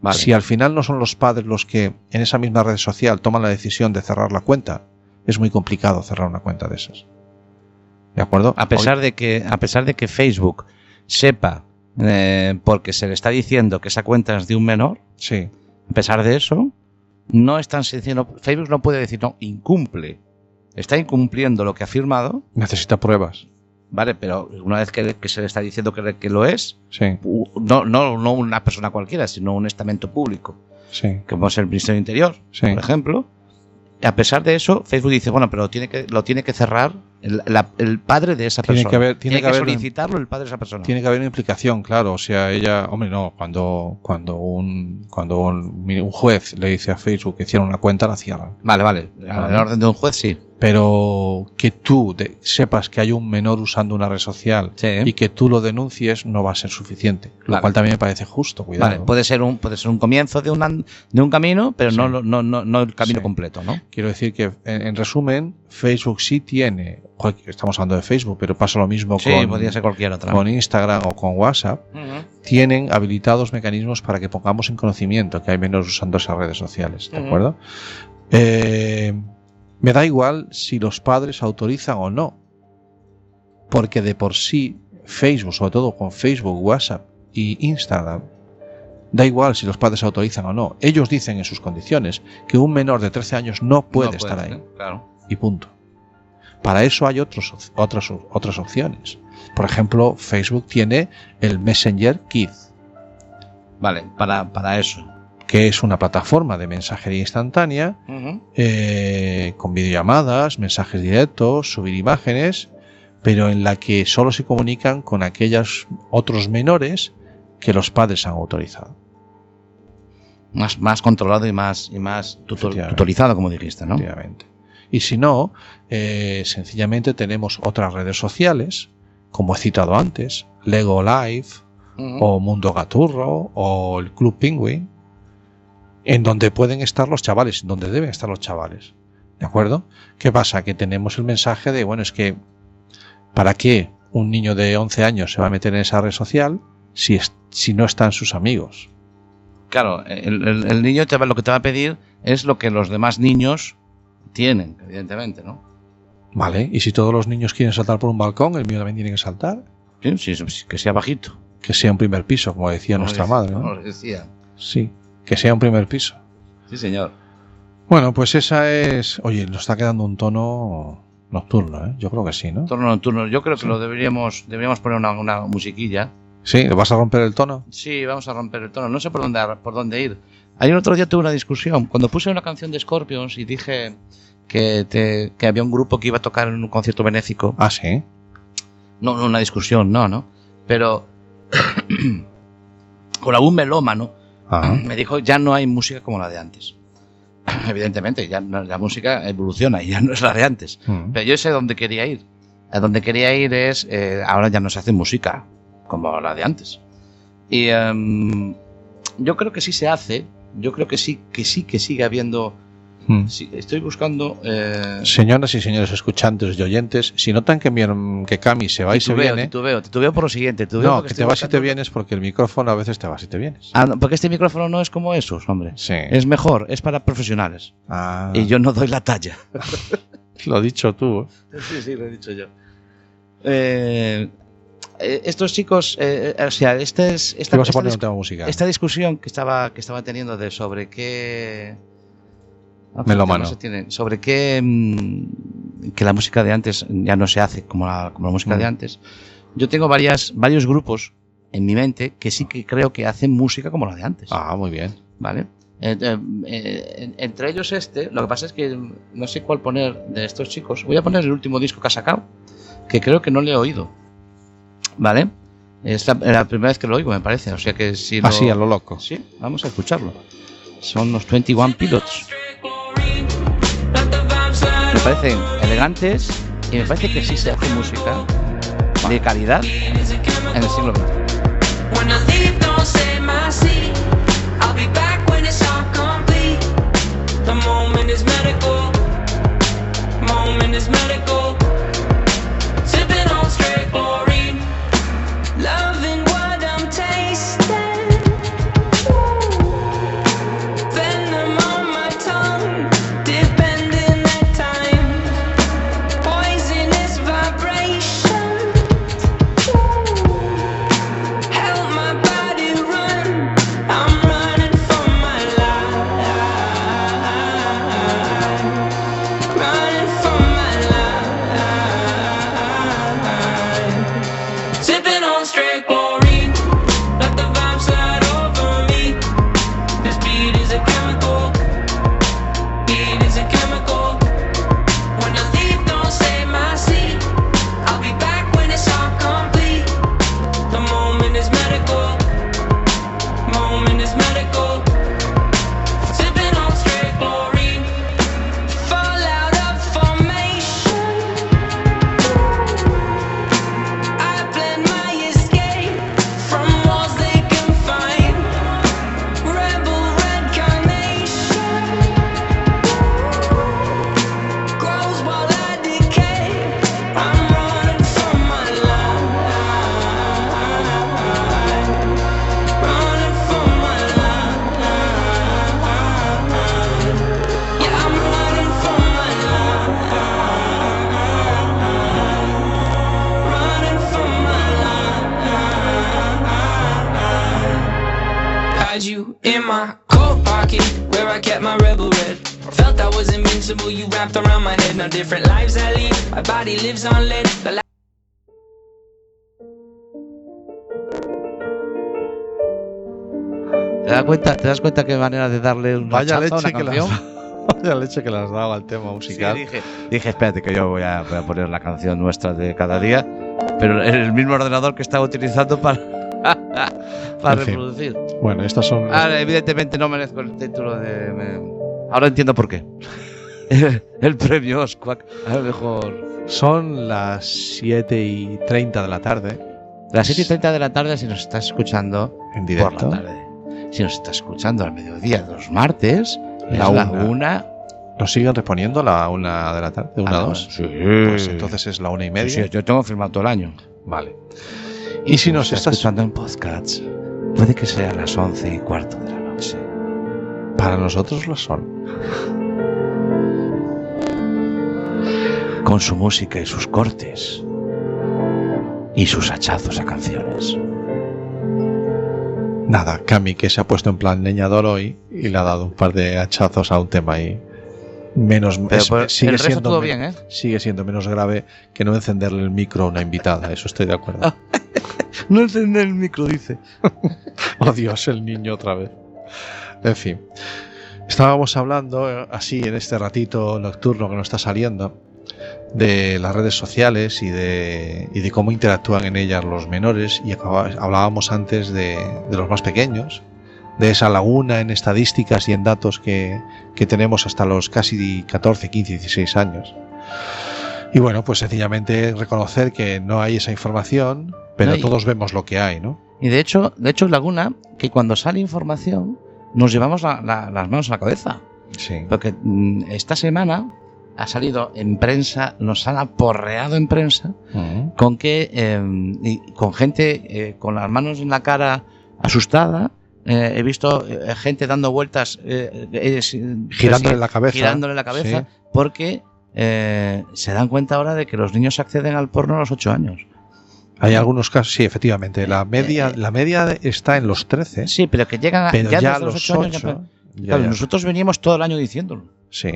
C: Vale.
B: Si al final no son los padres los que en esa misma red social toman la decisión de cerrar la cuenta, es muy complicado cerrar una cuenta de esas. ¿De acuerdo?
C: A pesar de que, a pesar de que Facebook sepa, eh, porque se le está diciendo que esa cuenta es de un menor,
B: Sí.
C: a pesar de eso, no es tan sencillo. Facebook no puede decir, no, incumple. Está incumpliendo lo que ha firmado,
B: Necesita pruebas.
C: ¿vale? Pero una vez que, que se le está diciendo que, que lo es,
B: Sí,
C: u- no, no, no una persona cualquiera, sino un estamento público,
B: sí.
C: como es el Ministerio del Interior,
B: Sí.
C: por ejemplo. A pesar de eso, Facebook dice, bueno, pero tiene que, lo tiene que cerrar el, la- el padre de esa
B: Tiene
C: persona.
B: que haber- tiene que haber-
C: solicitarlo el padre de esa persona.
B: Tiene que haber una implicación, claro. O sea, ella, hombre, no, cuando, cuando, un, cuando un, un juez le dice a Facebook que hicieron una cuenta, la cierran.
C: Vale, vale.
B: Vale.
C: La orden de un juez, sí.
B: Pero que tú de- sepas que hay un menor usando una red social
C: Sí.
B: y que tú lo denuncies no va a ser suficiente. Lo
C: Vale.
B: cual también me parece justo,
C: Vale,
B: cuidado.
C: puede ser un, puede ser un comienzo de un, an- de un camino, pero
B: Sí.
C: no, lo- no, no, no el camino
B: Sí.
C: completo, ¿no?
B: Quiero decir que, en, en resumen, Facebook sí tiene, joder, estamos hablando de Facebook, pero pasa lo mismo
C: Sí,
B: con,
C: podría ser cualquier otra.
B: con Instagram o con WhatsApp,
C: Ujú.
B: tienen habilitados mecanismos para que pongamos en conocimiento que hay menores usando esas redes sociales, ¿de
C: Ujú.
B: acuerdo? Eh, me da igual si los padres autorizan o no, porque de por sí Facebook, sobre todo con Facebook, WhatsApp y Instagram, da igual si los padres autorizan o no. Ellos dicen en sus condiciones que un menor de 13 años no puede
C: No
B: estar ahí
C: ¿eh? Claro.
B: y punto. Para eso hay otros, op- otras, op- otras opciones. Por ejemplo, Facebook tiene el Messenger Kids,
C: Vale, para, para eso.
B: que es una plataforma de mensajería instantánea eh, con videollamadas, mensajes directos, subir imágenes, pero en la que solo se comunican con aquellos otros menores que los padres han autorizado.
C: Más, más controlado y más, y más tutor-
B: Efectivamente.
C: tutorizado, como dijiste, ¿no?
B: Efectivamente. Y si no, eh, sencillamente tenemos otras redes sociales, como he citado antes, Lego Live,
C: Ujú.
B: o Mundo Gaturro o el Club Penguin, en donde pueden estar los chavales, en donde deben estar los chavales. ¿De acuerdo? ¿Qué pasa? Que tenemos el mensaje de, bueno, es que, ¿para qué un niño de 11 años se va a meter en esa red social si, es- si no están sus amigos?
C: Claro, el, el- el niño te va, lo que te va a pedir es lo que los demás niños tienen, evidentemente, ¿no?
B: ¿Vale? Y si todos los niños quieren saltar por un balcón, el mío también tiene que saltar.
C: Sí, sí, sí, que sea bajito.
B: Que sea un primer piso, como decía
C: Como
B: nuestra
C: dec-
B: madre, ¿no?
C: como decía.
B: Sí, que sea un primer piso.
C: Sí, señor.
B: Bueno, pues esa es... Oye, nos está quedando un tono nocturno, ¿eh? Yo creo que sí, ¿no?
C: Torno nocturno. Yo creo que lo deberíamos, deberíamos poner una, una musiquilla.
B: Sí, ¿vas a romper el tono?
C: Sí, vamos a romper el tono. No sé por dónde, por dónde ir. Ayer otro día tuve una discusión. Cuando puse una canción de Scorpions y dije que, te- que había un grupo que iba a tocar en un concierto benéfico.
B: Ah, sí.
C: No, no una discusión, no, ¿no? Pero con algún melómano
B: Ah,
C: me dijo ya no hay música como la de antes. Evidentemente, ya no- la música evoluciona y ya no es la de antes.
B: mm,
C: Pero yo sé dónde quería ir. A donde quería ir es, eh, ahora ya no se hace música como la de antes. Y em, yo creo que sí se hace, yo creo que sí, que sí, que sigue habiendo...
B: mm.
C: sí, estoy buscando... eh,
B: Señoras y señores escuchantes y oyentes, si notan que, mi- que Cami se va y se
C: titubeo,
B: viene,
C: titubeo, titubeo por lo siguiente. titubeo
B: no,
C: porque
B: que te
C: estoy
B: vas y te
C: buscando-
B: vienes porque el micrófono a veces te vas y te vienes.
C: Ah, no, porque este micrófono no es como esos, hombre.
B: Sí.
C: Es mejor, es para profesionales.
B: Ah,
C: Y yo no doy la talla.
B: lo he dicho
C: ¿eh?
B: tú.
C: Sí, sí, lo he dicho yo. Eh, eh, estos chicos, eh, eh, o sea, esta es
B: Te
C: esta,
B: vas a
C: esta
B: poner un
C: dis-
B: tema musical.
C: esta discusión que estaba que estaba teniendo de sobre qué
B: Melómano.
C: se tiene, sobre qué mm, que la música de antes ya no se hace como la, como la música
B: Mm.
C: de antes. Yo tengo varias varios grupos en mi mente que sí que creo que hacen música como la de antes.
B: Ah, muy bien.
C: ¿Vale? Eh, eh, eh, en- entre ellos este, lo que pasa es que no sé cuál poner de estos chicos. Voy a poner el último disco que ha sacado, que creo que no le he oído. ¿Vale? Es la, la primera vez que lo oigo, me parece. O sea que si lo-
B: Así, Ah, a lo loco.
C: Sí, vamos a escucharlo. Son los 21 Pilots. Me parecen elegantes y me parece que sí se hace música de calidad en el siglo XXI.
E: When I leave, don't say my seat. I'll be back when it's all complete. The moment is medical. Moment is medical. Sipping on straight chlorine. Loving what I'm tasting. Venom on my tongue. Dipping in that time. Poisonous vibration. Help my body run. I'm running for my life. Running for my life. Sipping on straight chlorine. Let the vibe slide over me. This beat is a chemical. Beat is a chemical. When I leave, don't save my seat. I'll be back when it's all complete. The moment is medical. Moment is medical. Sipping on straight chlorine. Fall out of formation. I plan my escape from walls they confine. Rebel red carnation grows while I decay. I'm running from my life. Running from my life. Yeah, I'm running from my life. Running from my life. Had you in my coat pocket where I kept my rebel red. Felt I was invincible, you wrapped around my head. Now different lives I lead, my body lives on lead. The
C: ¿Te das cuenta, te das cuenta qué manera de darle un
B: Vaya
C: rechazo a
B: leche,
C: una
B: que las,
C: canción?
B: vaya leche que las daba al tema
C: Sí,
B: musical.
C: dije, dije, espérate que yo voy a, voy a poner la canción nuestra de cada día, pero en el mismo ordenador que estaba utilizando para, para
B: En fin.
C: reproducir.
B: Bueno, estas son.
C: Ahora, evidentemente no merezco el título de... me- Ahora entiendo por qué. el premio Oscar, a lo mejor...
B: Son las 7 y 30 de la tarde.
C: Las 7 y 30 de la tarde, si nos estás escuchando,
B: En
C: por
B: directo.
C: la tarde. Si nos estás escuchando al mediodía de los martes,
B: La
C: es la una.
B: una. Nos siguen reponiendo a la 1 de la tarde, 1
C: la
B: a 2.
C: una. Ah, Sí.
B: Pues entonces es la 1 y media.
C: Sí, yo tengo firmado todo el año.
B: Vale. Y si nos estás.
C: escuchando en podcast, puede que sea las 11 y cuarto de la noche.
B: Para nosotros lo son.
C: Con su música y sus cortes. Y sus hachazos a canciones.
B: Nada, Cami que se ha puesto en plan leñador hoy y le ha dado un par de hachazos a un tema ahí. Menos. es- eh, sigue
C: el resto
B: siendo
C: todo
B: men-
C: bien, ¿eh?
B: Sigue siendo menos grave que no encenderle el micro a una invitada, eso estoy de acuerdo.
C: No encender el micro, dice.
B: Oh Dios, el niño otra vez. En fin. Estábamos hablando eh, así en este ratito nocturno que nos está saliendo de las redes sociales y de, y de cómo interactúan en ellas los menores y acaba- hablábamos antes de, de los más pequeños, de esa laguna en estadísticas y en datos que, que tenemos hasta los casi 14, 15, 16 años. Y bueno, pues sencillamente reconocer que no hay esa información, pero
C: No, y-
B: todos vemos lo que hay, ¿no?
C: Y de hecho, de hecho, Laguna, que cuando sale información, nos llevamos la- la- las manos a la cabeza.
B: Sí.
C: Porque mm, esta semana ha salido en prensa, nos han aporreado en prensa
B: Mm.
C: con que eh, y con gente eh, con las manos en la cara asustada eh, he visto eh, gente dando vueltas eh, eh, es-
B: girándole la cabeza.
C: girándole la cabeza porque eh, se dan cuenta ahora de que los niños acceden al porno a los 8 años
B: Sí. Hay algunos casos, sí, efectivamente. La media,
C: eh, eh.
B: la media de- está en los 13,
C: sí pero que llegan a,
B: ¿Eh? pero ya,
C: ya
B: a
C: desde
B: los
C: ocho
B: 8.
C: años ya empe- Claro, nosotros veníamos todo el año diciéndolo
B: Sí,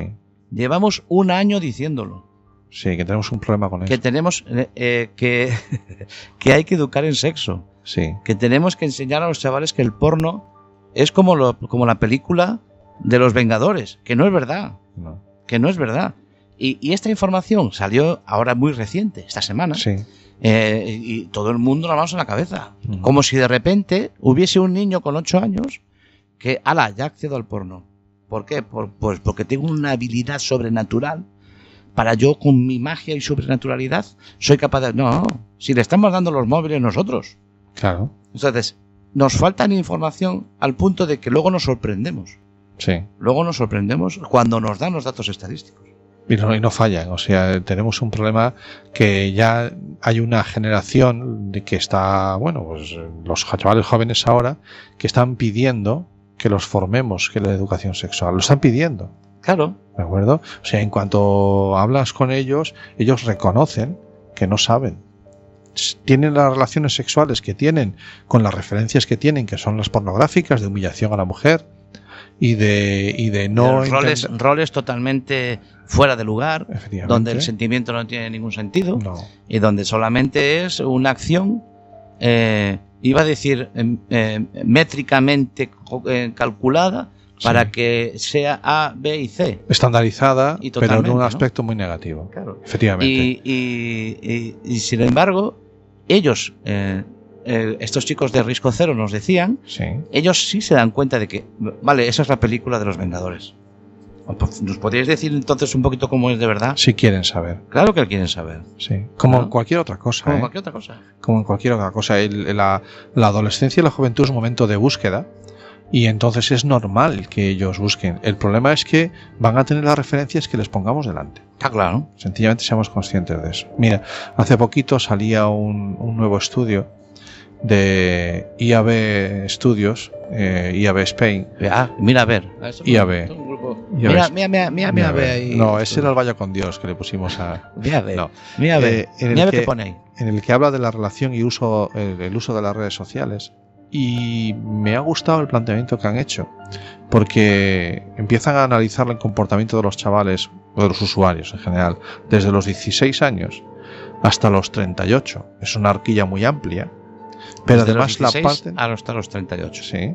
C: llevamos un año diciéndolo
B: sí, que tenemos un problema con
C: que
B: eso.
C: tenemos eh, eh, que que hay que educar en sexo
B: Sí,
C: que tenemos que enseñar a los chavales que el porno es como, lo, como la película de los Vengadores, que no es verdad,
B: no,
C: que no es verdad. Y, y esta información salió ahora muy reciente, esta semana,
B: sí.
C: eh, y todo el mundo la vamos en la cabeza.
B: Mm.
C: Como si de repente hubiese un niño con 8 años que, ala, ya accedo al porno. ¿Por qué? Por- pues porque tengo una habilidad sobrenatural. Para yo, con mi magia y sobrenaturalidad, soy capaz de... No, si le estamos dando los móviles nosotros.
B: Claro,
C: Entonces, nos faltan información al punto de que luego nos sorprendemos.
B: sí.
C: Luego nos sorprendemos cuando nos dan los datos estadísticos.
B: Y no, y no fallan, o sea, tenemos un problema que ya hay una generación de que está, bueno, pues eh, los chavales jóvenes ahora que están pidiendo que los formemos, que la educación sexual, lo están pidiendo.
C: Claro,
B: ¿De acuerdo? O sea, en cuanto hablas con ellos, ellos reconocen que no saben. S- Tienen las relaciones sexuales que tienen, con las referencias que tienen, que son las pornográficas, de humillación a la mujer y de, y de no.
C: Los roles,
B: entender-
C: roles totalmente fuera de lugar,
B: Efectivamente.
C: donde el sentimiento no tiene ningún sentido
B: No.
C: y donde solamente es una acción, eh, iba a decir, em, eh, métricamente co- eh, calculada para
B: Sí.
C: que sea A, B y C.
B: Estandarizada,
C: Y
B: pero en
C: totalmente,
B: un
C: ¿no?
B: aspecto muy negativo.
C: Claro.
B: Efectivamente.
C: Y, y- y- y, sin embargo, ellos, eh, eh, estos chicos de Risco Cero nos decían,
B: Sí.
C: ellos sí se dan cuenta de que, vale, esa es la película de los Vengadores. ¿Nos podríais decir entonces un poquito cómo es de verdad?
B: Si quieren saber.
C: Claro que quieren saber.
B: Sí. Como
C: Ajá.
B: en cualquier otra cosa.
C: Como
B: ¿eh?
C: cualquier otra cosa.
B: como en cualquier otra cosa. el- la, la adolescencia y la juventud es un momento de búsqueda y entonces es normal que ellos busquen. El problema es que van a tener las referencias que les pongamos delante.
C: Está claro.
B: Sencillamente seamos conscientes de eso. Mira, hace poquito salía un, un nuevo estudio de IAB Studios, eh, IAB Spain.
C: Ah, mira a ver.
B: Y a ver.
C: Un grupo.
B: IAB
C: Mira, mira, mira, mira, mira a ver ahí.
B: no, ese era el Vaya con Dios que le pusimos a...
C: Mira a ver.
B: No.
C: Mira a ver.
B: Eh, en el
C: mira a ver
B: que-
C: qué pone ahí.
B: en el que habla de la relación y uso, el, el uso de las redes sociales. Y me ha gustado el planteamiento que han hecho, porque empiezan a analizar el comportamiento de los chavales, o de los usuarios en general, desde los 16 años hasta los 38. Es una horquilla muy amplia, pero
C: Desde los
B: además la
C: 16
B: parte...
C: a los- Hasta los 38.
B: Sí,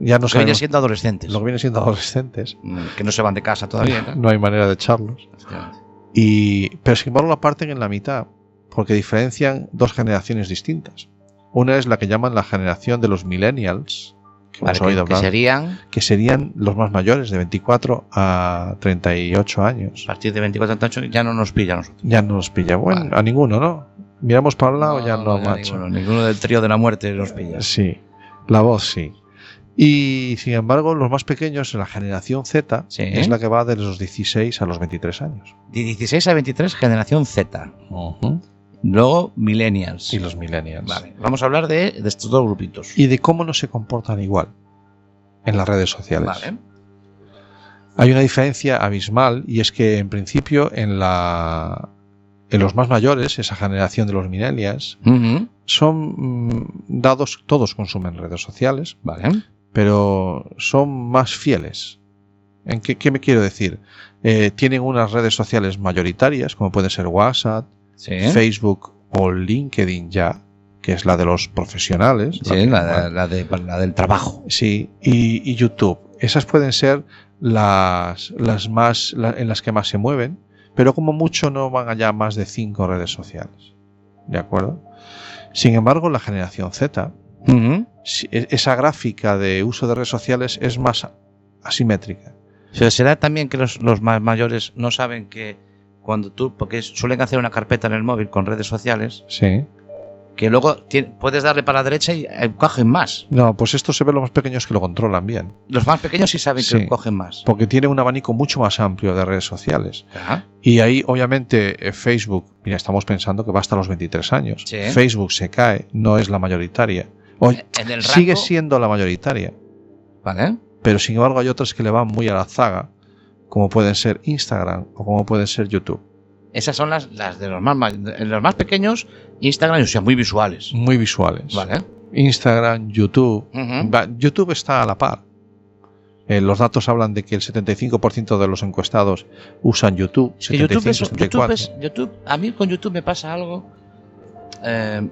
B: Ya no
C: Los que vienen
B: sabemos
C: siendo adolescentes.
B: lo que vienen siendo adolescentes.
C: Mm, Que no se van de casa todavía. ¿no?
B: No hay manera de echarlos.
C: Efectivamente.
B: Y, pero sin embargo la parten en la mitad, porque diferencian dos generaciones distintas. Una es la que llaman la generación de los millennials, que hemos
C: Vale, que-
B: oído
C: que
B: hablar,
C: serían
B: que serían los más mayores, de 24 a 38
C: a
B: años.
C: partir de 24 38 ya no nos pilla a nosotros.
B: Ya no nos pilla, bueno,
C: Vale.
B: a ninguno, ¿no? Miramos para un lado, ya no, macho.
C: ninguno, ninguno del trío de la muerte nos pilla.
B: Sí, la voz sí. Y sin embargo, los más pequeños, la generación Z,
C: Sí.
B: es la que va de los 16 a los 23 años.
C: De 16 a 23, generación Z. Luego, millennials.
B: Y los millennials.
C: Vale, vamos a hablar de, de estos dos grupitos.
B: Y de cómo no se comportan igual en las redes sociales.
C: Vale.
B: Hay una diferencia abismal y es que en principio en la en los más mayores, esa generación de los millennials,
C: Ujú,
B: son mm, dados todos consumen redes sociales,
C: Vale.
B: pero son más fieles. ¿En qué, qué me quiero decir? Eh, tienen unas redes sociales mayoritarias, como pueden ser WhatsApp,
C: Sí.
B: Facebook o LinkedIn ya, que es la de los profesionales. la
C: Sí,
B: que-
C: la, de- la de- la del trabajo.
B: Sí, y, y YouTube. Esas pueden ser las, las más la- en las que más se mueven, pero como mucho no van allá más de cinco redes sociales. ¿De acuerdo? Sin embargo, la generación Z,
C: Ujú.
B: si- e- esa gráfica de uso de redes sociales es más a- asimétrica.
C: O sea, ¿Será también que los, los más mayores no saben que cuando tú, porque suelen hacer una carpeta en el móvil con redes sociales,
B: Sí.
C: que luego ti- puedes darle para la derecha y eh, cogen más.
B: No, pues esto se ve los más pequeños que lo controlan bien,
C: Los más pequeños sí saben
B: Sí.
C: que cogen más.
B: porque tiene un abanico mucho más amplio de redes sociales.
C: Ajá.
B: Y ahí, obviamente, eh, Facebook, mira, estamos pensando que va hasta los 23 años.
C: Sí.
B: Facebook se cae, no es la mayoritaria. O-
C: En el rango,
B: sigue siendo la mayoritaria,
C: Vale.
B: pero sin embargo hay otras que le van muy a la zaga, como pueden ser Instagram o como pueden ser YouTube.
C: Esas son las, las de los más, ma- de los más pequeños, Instagram, o sea, muy visuales.
B: Muy visuales.
C: Vale.
B: Instagram, YouTube.
C: Ujú.
B: Va- YouTube está a la par. Eh, los datos hablan de que el 75% de los encuestados usan YouTube.
C: Que YouTube, es,
B: 75,
C: YouTube
B: 74.
C: es- YouTube- a mí con YouTube me pasa algo eh,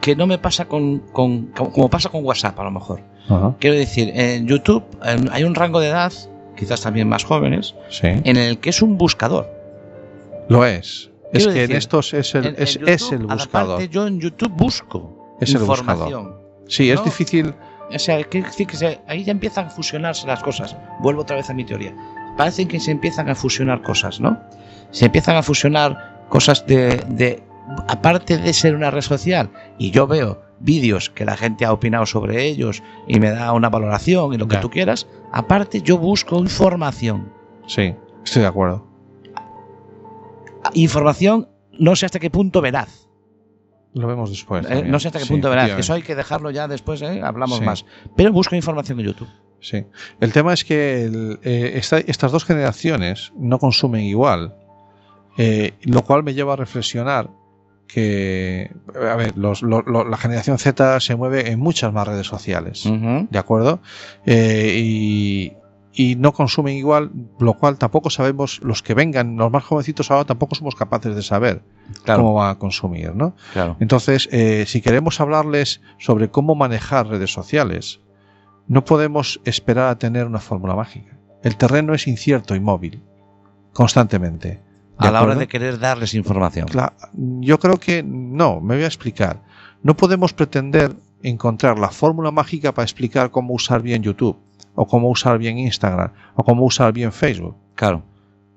C: que no me pasa con, con- como, como pasa con WhatsApp a lo mejor.
B: Ajá,
C: Quiero decir, en YouTube eh, hay un rango de edad, quizás también más jóvenes,
B: sí.
C: en el que es un buscador.
B: Lo es. Es
C: Quiero
B: que en
C: decir,
B: estos es el,
C: En- en
B: es,
C: YouTube,
B: es el
C: a la
B: buscador.
C: parte, yo en YouTube busco
B: Es el
C: información.
B: Sí, es
C: ¿no?
B: difícil.
C: O sea, quiero decir que se- ahí ya empiezan a fusionarse las cosas. Vuelvo otra vez a mi teoría. Parecen que se empiezan a fusionar cosas, ¿no? Se empiezan a fusionar cosas de, de- Aparte de ser una red social, y yo veo vídeos que la gente ha opinado sobre ellos y me da una valoración y lo que
B: Ya.
C: tú quieras, aparte yo busco información.
B: Sí, estoy de acuerdo.
C: Información no sé hasta qué punto veraz.
B: Lo vemos después.
C: eh,
B: también.
C: no sé hasta qué
B: Pues Sí,
C: punto veraz. Que eso
B: efectivamente.
C: hay que dejarlo ya después, ¿eh? hablamos
B: Sí.
C: más. Pero busco información en YouTube.
B: Sí. El tema es que el, eh, esta- estas dos generaciones no consumen igual, eh, lo cual me lleva a reflexionar que, a ver, los- lo- lo- la generación Z se mueve en muchas más redes sociales, ¿de acuerdo? Eh, y, y no consumen igual, lo cual tampoco sabemos, los que vengan, los más jovencitos ahora tampoco somos capaces de saber cómo van a consumir, ¿no?
C: claro.
B: Entonces, eh, si queremos hablarles sobre cómo manejar redes sociales, no podemos esperar a tener una fórmula mágica. El terreno es incierto y móvil, constantemente.
C: a la hora
B: acuerdo?
C: de querer darles información.
B: La- yo creo que no, me voy a explicar. No podemos pretender encontrar la fórmula mágica para explicar cómo usar bien YouTube, o cómo usar bien Instagram, o cómo usar bien Facebook,
C: Claro,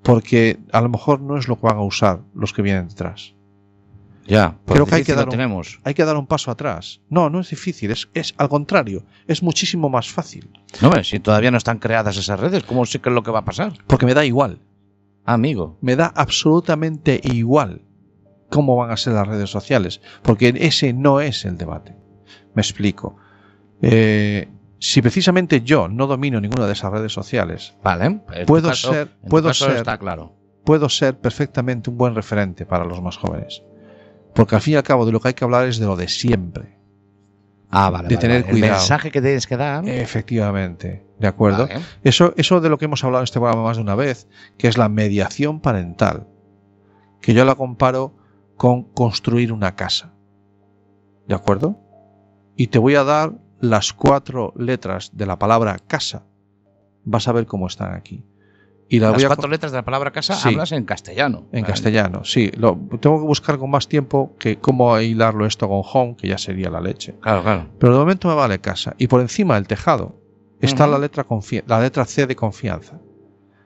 B: porque a lo mejor no es lo que van a usar los que vienen detrás.
C: ya. pues
B: Creo que hay que
C: difícil
B: dar
C: lo
B: un-
C: tenemos.
B: hay que dar un paso atrás. No, no es difícil, es, es al contrario, es muchísimo más fácil.
C: No, hombre, si todavía no están creadas esas redes, ¿cómo sé qué es lo que va a pasar?
B: Porque me da igual,
C: Amigo.
B: me da absolutamente igual cómo van a ser las redes sociales, porque ese no es el debate. Me explico. Eh, si precisamente yo no domino ninguna de esas redes sociales,
C: Vale. en tu
B: Puedo
C: caso-
B: ser-
C: en tu
B: puedo
C: caso
B: ser-
C: Está claro.
B: puedo ser perfectamente un buen referente para los más jóvenes. Porque al fin y al cabo de lo que hay que hablar es de lo de siempre.
C: Ah, vale.
B: De
C: vale,
B: tener
C: vale.
B: cuidado.
C: El mensaje que tienes que dar.
B: ¿eh? Efectivamente, ¿de acuerdo?
C: Vale.
B: Eso, eso de lo que hemos hablado en este programa más de una vez, que es la mediación parental, que yo la comparo con construir una casa. ¿De acuerdo? Y te voy a dar las cuatro letras de la palabra casa, vas a ver cómo están aquí. Y la
C: Las
B: voy a
C: cuatro letras de la palabra casa
B: Sí.
C: hablas en castellano.
B: en castellano, sí. Lo, tengo que buscar con más tiempo que cómo hilarlo esto con home, que ya sería la leche.
C: Claro, claro.
B: Pero de momento me vale casa. Y por encima del tejado está
C: Ujú.
B: la, letra confi- la letra C de confianza.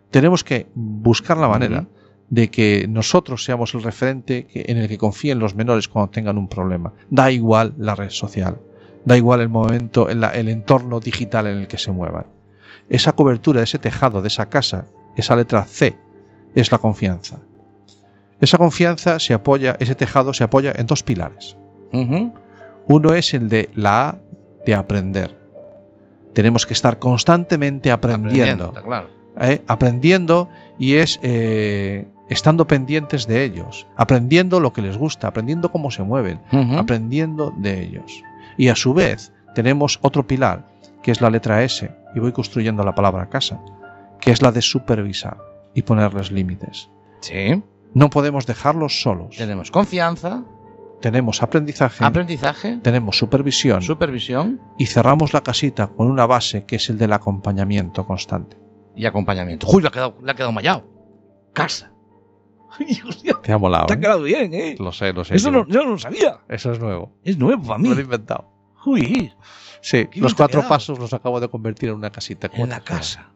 B: Tenemos que buscar la manera
C: Ujú.
B: de que nosotros seamos el referente que- en el que confíen los menores cuando tengan un problema. Da igual la red social, da igual el momento, el, el entorno digital en el que se muevan. Esa cobertura, ese tejado de esa casa, esa letra C, es la confianza. Esa confianza se apoya, ese tejado se apoya en dos pilares.
C: Ujú.
B: Uno es el de la A de aprender. Tenemos que estar constantemente aprendiendo.
C: Está claro.
B: ¿eh? Aprendiendo y es eh, estando pendientes de ellos. Aprendiendo lo que les gusta, aprendiendo cómo se mueven,
C: Ujú.
B: aprendiendo de ellos. Y a su vez tenemos otro pilar, que es la letra S, y voy construyendo la palabra casa, que es la de supervisar y ponerles límites.
C: Sí.
B: No podemos dejarlos solos.
C: Tenemos confianza,
B: Tenemos aprendizaje,
C: aprendizaje,
B: tenemos supervisión,
C: supervisión
B: y cerramos la casita con una base que es el del acompañamiento constante.
C: y acompañamiento. Uy, le ha quedado, le ha quedado mallado. Casa. Ay, hostia,
B: Te ha molado.
C: te ha quedado bien, ¿eh?
B: Lo sé, lo sé.
C: Eso
B: yo-
C: no, yo no lo sabía.
B: Eso es nuevo.
C: Es nuevo para mí.
B: Lo he inventado.
C: Uy,
B: Sí,
C: ¿Qué bien te
B: los
C: ha
B: cuatro
C: quedado?
B: pasos los acabo de convertir en una casita.
C: en la casa.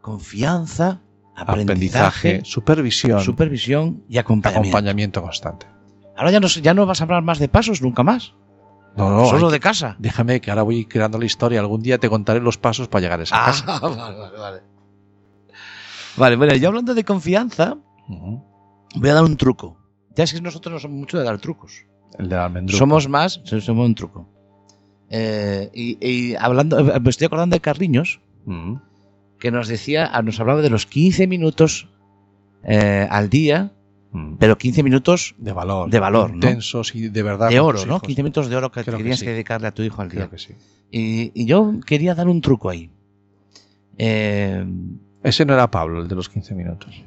C: Confianza,
B: Aprendizaje,
C: aprendizaje,
B: supervisión,
C: supervisión y acompañamiento.
B: acompañamiento constante.
C: Ahora ya no, sé- ya no vas a hablar más de pasos nunca más.
B: No, no,
C: Solo
B: hay-
C: de casa.
B: déjame que ahora voy creando la historia. Algún día te contaré los pasos para llegar a esa casa.
C: Ah, vale, vale, vale. Vale, bueno, yo hablando de confianza,
B: Ujú.
C: voy a dar un truco. Ya es que nosotros no somos mucho de dar trucos.
B: El del almendruco.
C: Somos más, so- somos un truco. Eh, y, y hablando, eh, me estoy acordando de Carriños,
B: Ujú.
C: que nos decía, ah, nos hablaba de los 15 minutos eh, al día,
B: Ujú.
C: pero 15 minutos
B: De valor.
C: de valor, ¿no?
B: Intensos y de verdad.
C: de
B: con
C: oro,
B: tus
C: ¿no?
B: hijos.
C: 15 minutos de oro que
B: Creo que
C: querías
B: sí.
C: que dedicarle a tu hijo al día.
B: Creo que sí.
C: Y, y yo quería dar un truco ahí. Eh,
B: Ese no era Pablo, el de los 15 minutos.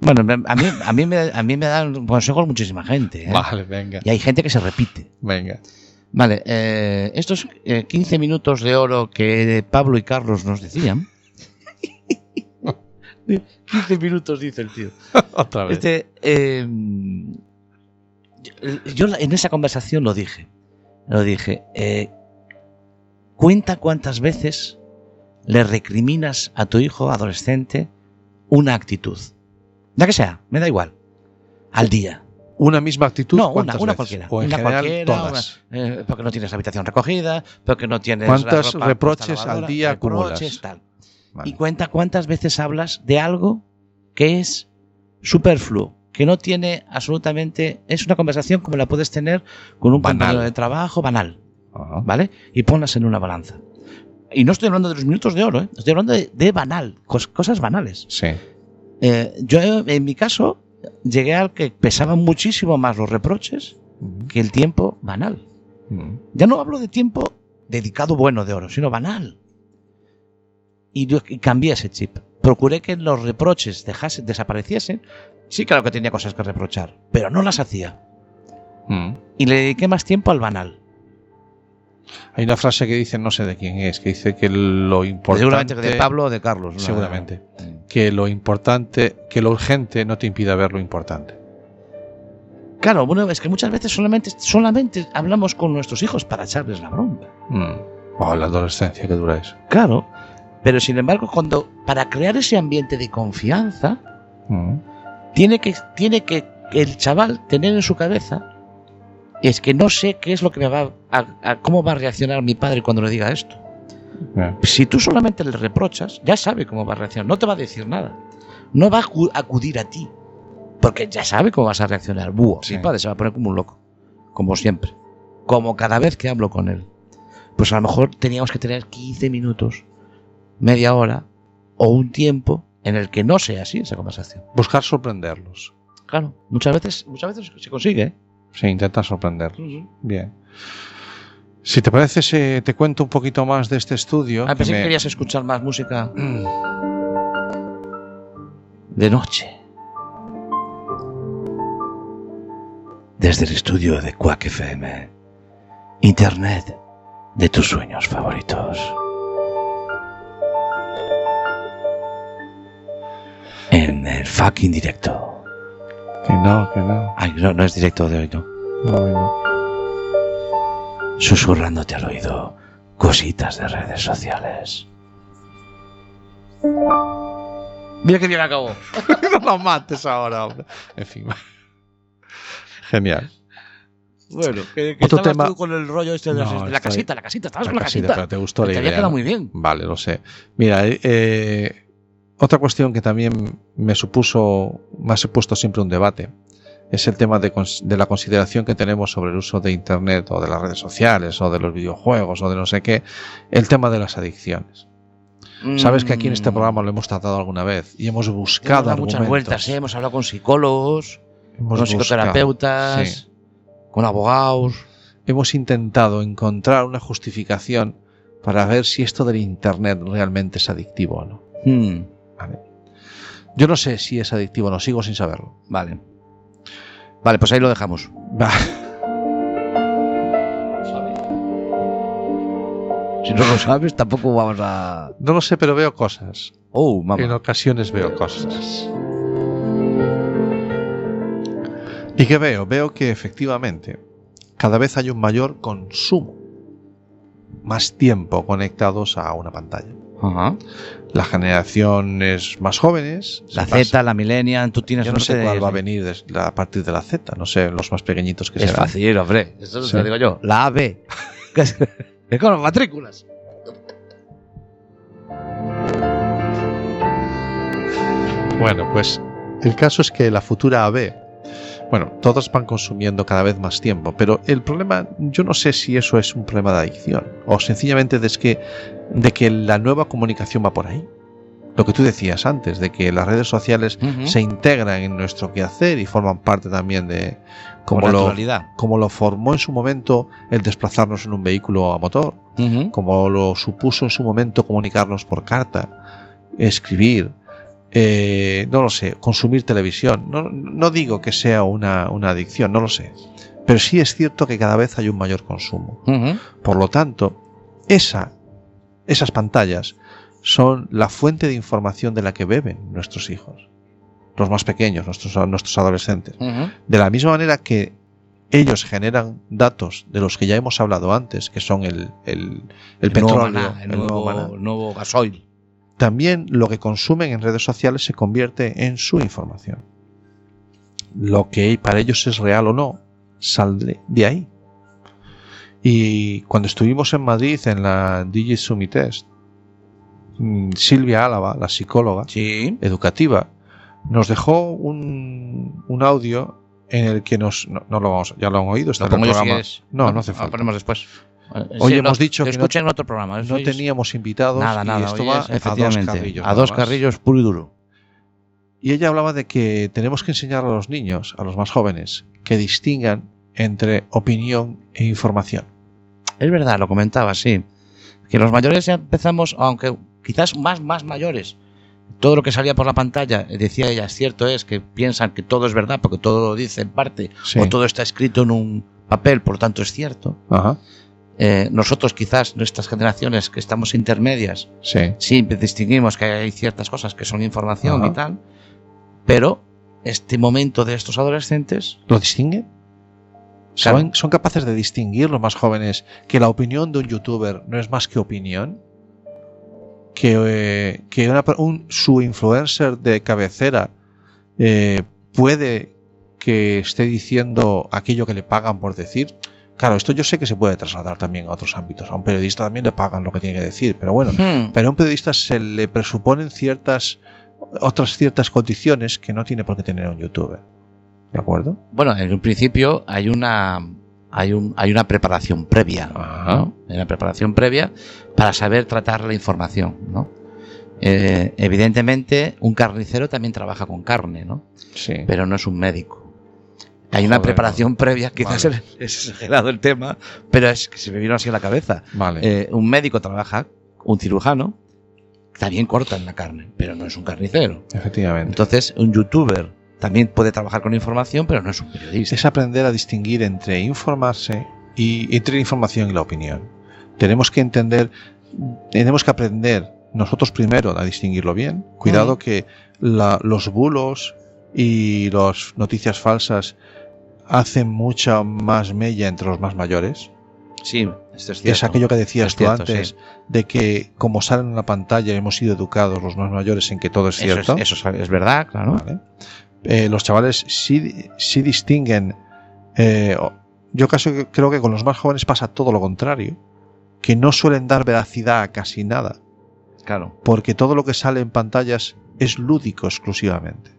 C: bueno, me- a mí, a mí, me, a mí me dan consejos muchísima gente. ¿eh?
B: Vale, venga.
C: Y hay gente que se repite.
B: Venga.
C: Vale, eh, estos eh, 15 minutos de oro que Pablo y Carlos nos decían. 15 minutos, dice el tío.
B: Otra vez.
C: Este, eh, yo- yo en esa conversación lo dije. Lo dije. eh, cuenta cuántas veces le recriminas a tu hijo adolescente una actitud. Ya que sea, me da igual. Al día.
B: una misma actitud.
C: No, una,
B: ¿cuántas
C: una
B: veces?
C: cualquiera.
B: O en
C: una
B: general,
C: cualquiera,
B: todas.
C: una- eh, porque no tienes la habitación recogida, porque no tienes. la
B: ¿Cuántas
C: ropa puesta a la
B: reproches al
C: lavadora,
B: día
C: reproches,
B: acumulas?
C: tal.
B: Vale.
C: Y cuenta cuántas veces hablas de algo que es superfluo, que no tiene absolutamente. Es una conversación como la puedes tener con un
B: Banal.
C: compañero de trabajo banal,
B: Ajá.
C: ¿vale? Y ponlas en una balanza. Y no estoy hablando de los minutos de oro, ¿eh? estoy hablando de, de banal, cos- cosas banales.
B: Sí.
C: Eh, yo, en mi caso, llegué al que pesaban muchísimo más los reproches
B: Mm,
C: que el tiempo banal.
B: mm.
C: Ya no hablo de tiempo dedicado bueno de oro, sino banal. Y yo y cambié ese chip. Procuré que los reproches dejase- desapareciesen. Sí, claro que tenía cosas que reprochar, pero no las hacía.
B: Mm.
C: Y le dediqué más tiempo al banal.
B: Hay una frase que dice, no sé de quién es, que dice que lo importante.
C: Pues Seguramente que de Pablo o de Carlos. ¿no?
B: Seguramente. Que lo importante, que lo urgente no te impida ver lo importante.
C: Claro, bueno, es que muchas veces solamente, solamente hablamos con nuestros hijos para echarles la bronca.
B: Mm. Oh, la adolescencia, que dura eso.
C: Claro. Pero sin embargo, cuando para crear ese ambiente de confianza,
B: Mm.
C: tiene que, tiene que el chaval tener en su cabeza es que no sé qué es lo que me va a, a- cómo va a reaccionar mi padre cuando le diga esto.
B: Eh,
C: Si tú solamente le reprochas, ya sabe cómo va a reaccionar, no te va a decir nada. No va a acu- acudir a ti, porque ya sabe cómo vas a reaccionar. Búho,
B: Sí.
C: mi padre se va a poner como un loco, como siempre, como cada vez que hablo con él. Pues a lo mejor teníamos que tener 15 minutos, media hora o un tiempo en el que no sea así esa conversación.
B: Buscar sorprenderlos.
C: Claro, muchas veces, muchas veces se consigue. ¿eh?
B: Sí, intentar sorprenderlos. Bien. Si te parece, se- te cuento un poquito más de este estudio.
C: A Ah, pensé
B: que
C: que
B: me-
C: querías escuchar más música Mm. de noche. Desde el estudio de Quack FM, Internet de tus sueños favoritos. En el fucking directo.
B: Que no, que no.
C: Ay, no, no es directo de hoy, no.
B: No, no.
C: Susurrándote al oído cositas de redes sociales. Mira que bien acabó.
B: No lo mates ahora, hombre. En fin. Genial.
C: Bueno, que,
B: Otro
C: estabas
B: tema-
C: tú con el rollo este de las-
B: No,
C: la
B: estoy-
C: casita, la casita, estabas
B: La
C: con la
B: casita,
C: casita.
B: pero te gustó la
C: Que te
B: idea.
C: había quedado
B: ¿no?
C: muy bien.
B: Vale, lo sé. Mira, eh, eh, otra cuestión que también me supuso, me ha supuesto siempre un debate, es el tema de, cons- de la consideración que tenemos sobre el uso de Internet o de las redes sociales o de los videojuegos o de no sé qué, el tema de las adicciones. Sabes que aquí en este
C: Mm.
B: programa lo hemos tratado alguna vez y hemos
C: Hemos dado
B: buscado
C: muchas
B: argumentos.
C: vueltas, ¿eh? hemos hablado con psicólogos,
B: Hemos
C: con
B: buscado,
C: psicoterapeutas,
B: sí.
C: con abogados.
B: hemos intentado encontrar una justificación para ver si esto del Internet realmente es adictivo o no. Hmm.
C: Mm,
B: Yo no sé si es adictivo o no, sigo sin saberlo.
C: vale. Vale, pues ahí lo dejamos.
B: Va.
C: Si no lo sabes, tampoco vamos a.
B: No lo sé, pero veo cosas.
C: Oh, mamá.
B: En ocasiones veo cosas. ¿Y qué veo? Veo que efectivamente cada vez hay un mayor consumo, más tiempo conectados a una pantalla.
C: Ajá.
B: Las generaciones más jóvenes,
C: La
B: se
C: Z, la Millennial, tú tienes
B: Yo no
C: suerte
B: sé
C: de-
B: cuál va a venir des- la- a partir de la Z, no sé, los más pequeñitos que
C: Es
B: serán.
C: fácil, hombre. Eso
B: Sí.
C: te lo digo yo. La AB. Que es es con las matrículas.
B: Bueno, pues el caso es que la futura AB, bueno, todas van consumiendo cada vez más tiempo, pero el problema, yo no sé si eso es un problema de adicción o sencillamente de, es que, de que la nueva comunicación va por ahí. Lo que tú decías antes, de que las redes sociales
C: Ujú.
B: se integran en nuestro quehacer y forman parte también de como
C: Con
B: lo,
C: naturalidad.
B: como lo formó en su momento el desplazarnos en un vehículo a motor,
C: Ujú.
B: como lo supuso en su momento comunicarnos por carta, escribir, eh, no lo sé, consumir televisión. No, no digo que sea una, una adicción, no lo sé. Pero sí es cierto que cada vez hay un mayor consumo.
C: Ujú.
B: Por lo tanto, esa, esas pantallas son la fuente de información de la que beben nuestros hijos, los más pequeños, nuestros, nuestros adolescentes.
C: Ujú.
B: De la misma manera que ellos generan datos de los que ya hemos hablado antes, que son el, el, el
C: El nuevo
B: petróleo,
C: maná, el,
B: el nuevo
C: nuevo,
B: maná,
C: el nuevo gasoil.
B: también lo que consumen en redes sociales se convierte en su información. Lo que para ellos es real o no, sale de ahí. Y cuando estuvimos en Madrid en la Digi Sumitest, mm, Silvia Álava, la psicóloga,
C: Sí.
B: educativa, nos dejó un, un audio en el que nos. No, no lo vamos, ya lo han oído, está en
C: Lo
B: el
C: pongo yo si
B: programa.
C: quieres.
B: No, no hace
C: Lo
B: falta.
C: ponemos después.
B: Hoy
C: Sí,
B: hemos
C: lo-
B: dicho
C: lo
B: que no-
C: escuché en otro programa.
B: no
C: Eso es-
B: teníamos invitados
C: nada,
B: y
C: nada.
B: esto
C: hoy
B: va
C: es,
B: a dos
C: efectivamente,
B: carrillos.
C: A
B: nada
C: dos
B: más.
C: carrillos puro y duro.
B: Y ella hablaba de que tenemos que enseñar a los niños, a los más jóvenes, que distingan entre opinión e información.
C: Es verdad, lo comentaba, sí. Que los mayores ya empezamos, aunque quizás más, más mayores. Todo lo que salía por la pantalla, eh, decía ella, es cierto es que piensan que todo es verdad porque todo lo dice en parte
B: Sí.
C: o todo está escrito en un papel, por lo tanto es cierto.
B: Ajá.
C: Eh, nosotros quizás, nuestras generaciones que estamos intermedias,
B: Sí.
C: sí distinguimos que hay ciertas cosas que son información
B: Ajá.
C: y tal, pero este momento de estos adolescentes,
B: ¿Lo distinguen? ¿Saben- ¿Son capaces de distinguir los más jóvenes que la opinión de un youtuber no es más que opinión? Que, eh, que una per- un- su influencer de cabecera eh, puede que esté diciendo aquello que le pagan por decir. Claro, esto yo sé que se puede trasladar también a otros ámbitos. A un periodista también le pagan lo que tiene que decir, pero bueno,
C: hmm,
B: pero a un periodista se le presuponen ciertas otras ciertas condiciones que no tiene por qué tener un youtuber. ¿De acuerdo?
C: bueno, en un principio hay una, hay un, hay una preparación previa.
B: Ajá.
C: ¿no? Hay una preparación previa para saber tratar la información, ¿no? Eh, evidentemente, un carnicero también trabaja con carne, ¿no?
B: Sí.
C: Pero no es un médico. Hay una
B: Joder,
C: preparación previa, quizás
B: Vale.
C: es- es exagerado el tema, pero es que se me vino así a la cabeza.
B: Vale.
C: Eh, un médico trabaja, un cirujano, también cortan la carne, pero no es un carnicero.
B: Efectivamente.
C: Entonces, un youtuber también puede trabajar con información, pero no es un periodista.
B: Es aprender a distinguir entre informarse y entre la información y la opinión. Tenemos que entender, tenemos que aprender nosotros primero a distinguirlo bien. Cuidado que la- los bulos y las noticias falsas hacen mucha más mella entre los más mayores.
C: Sí, esto es cierto.
B: Es aquello que decías
C: Es
B: tú
C: cierto,
B: antes,
C: sí.
B: de que como salen en la pantalla hemos sido educados los más mayores en que todo es cierto.
C: Eso es, eso es- es verdad, claro.
B: Vale. Eh, los chavales sí, sí distinguen. eh, o- yo casi que- creo que con los más jóvenes pasa todo lo contrario, que no suelen dar veracidad a casi nada,
C: Claro.
B: porque todo lo que sale en pantallas es lúdico exclusivamente.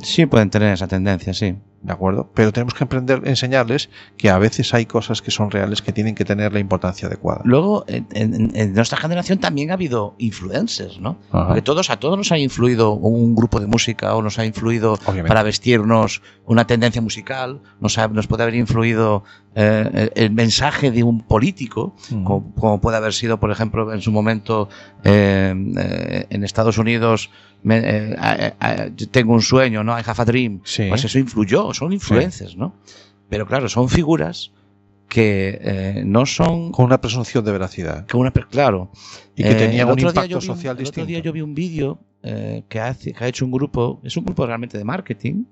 C: Sí, pueden tener esa tendencia, sí.
B: ¿De acuerdo? Pero tenemos que aprender, enseñarles que a veces hay cosas que son reales que tienen que tener la importancia adecuada.
C: Luego, en, en- en nuestra generación también ha habido influencers, ¿no?
B: Ajá.
C: Porque todos, a todos nos ha influido un grupo de música o nos ha influido
B: Obviamente.
C: para vestirnos una tendencia musical, nos, ha- nos puede haber influido eh, el- el mensaje de un político,
B: Mm.
C: como, como puede haber sido, por ejemplo, en su momento eh, eh, en Estados Unidos, me- eh, a- a- yo tengo un sueño, ¿no? I have a dream.
B: Sí.
C: Pues eso influyó, son influencias, ¿no? Pero claro, son figuras que eh, no son
B: Con una presunción de veracidad.
C: que una per- claro
B: Y que
C: Eh,
B: tenía
C: el
B: un
C: otro día
B: impacto
C: yo vi un-
B: social
C: el otro
B: distinto.
C: día yo vi un vídeo eh, que, hace- que ha hecho un grupo es un grupo realmente de marketing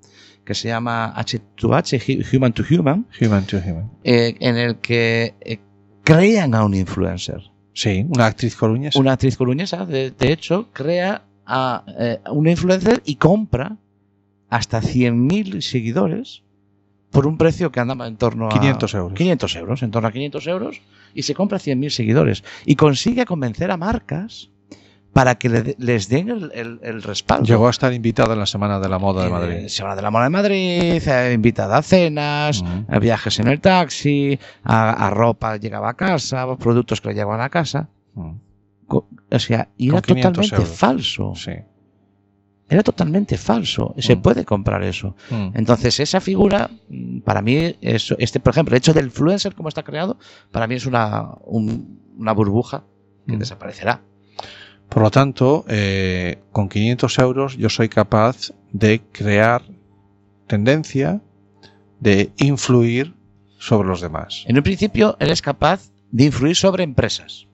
C: que se llama H2H Hu- Human to Human
B: Human to human.
C: eh, en el que eh, crean a un influencer
B: Sí, una actriz coruñesa.
C: una actriz coruñesa de, de hecho crea a eh, a un influencer y compra hasta 100.000 seguidores por un precio que andaba en torno a
B: 500 euros.
C: 500 euros, en torno a 500 euros, y se compra 100.000 seguidores. Y consigue convencer a marcas para que le- les den el, el- el respaldo.
B: Llegó a estar invitada en la Semana de la Moda de
C: Eh,
B: Madrid.
C: Semana de la Moda de Madrid, eh, invitada a cenas,
B: Ujú.
C: a viajes en el taxi, a, a ropa que llegaba a casa, productos que le llegaban a casa.
B: Mm,
C: Co- O sea, y era
B: Con 500
C: totalmente
B: euros.
C: falso.
B: Sí.
C: Era totalmente falso. Se
B: Mm.
C: puede comprar eso.
B: Mm.
C: Entonces, esa figura, mm, para mí, eso, este, por ejemplo, el hecho del influencer como está creado, para mí es una, un- una burbuja que
B: Mm.
C: desaparecerá.
B: Por lo tanto, eh, con 500 euros yo soy capaz de crear tendencia, de influir sobre los demás.
C: En un principio, eres capaz de influir sobre empresas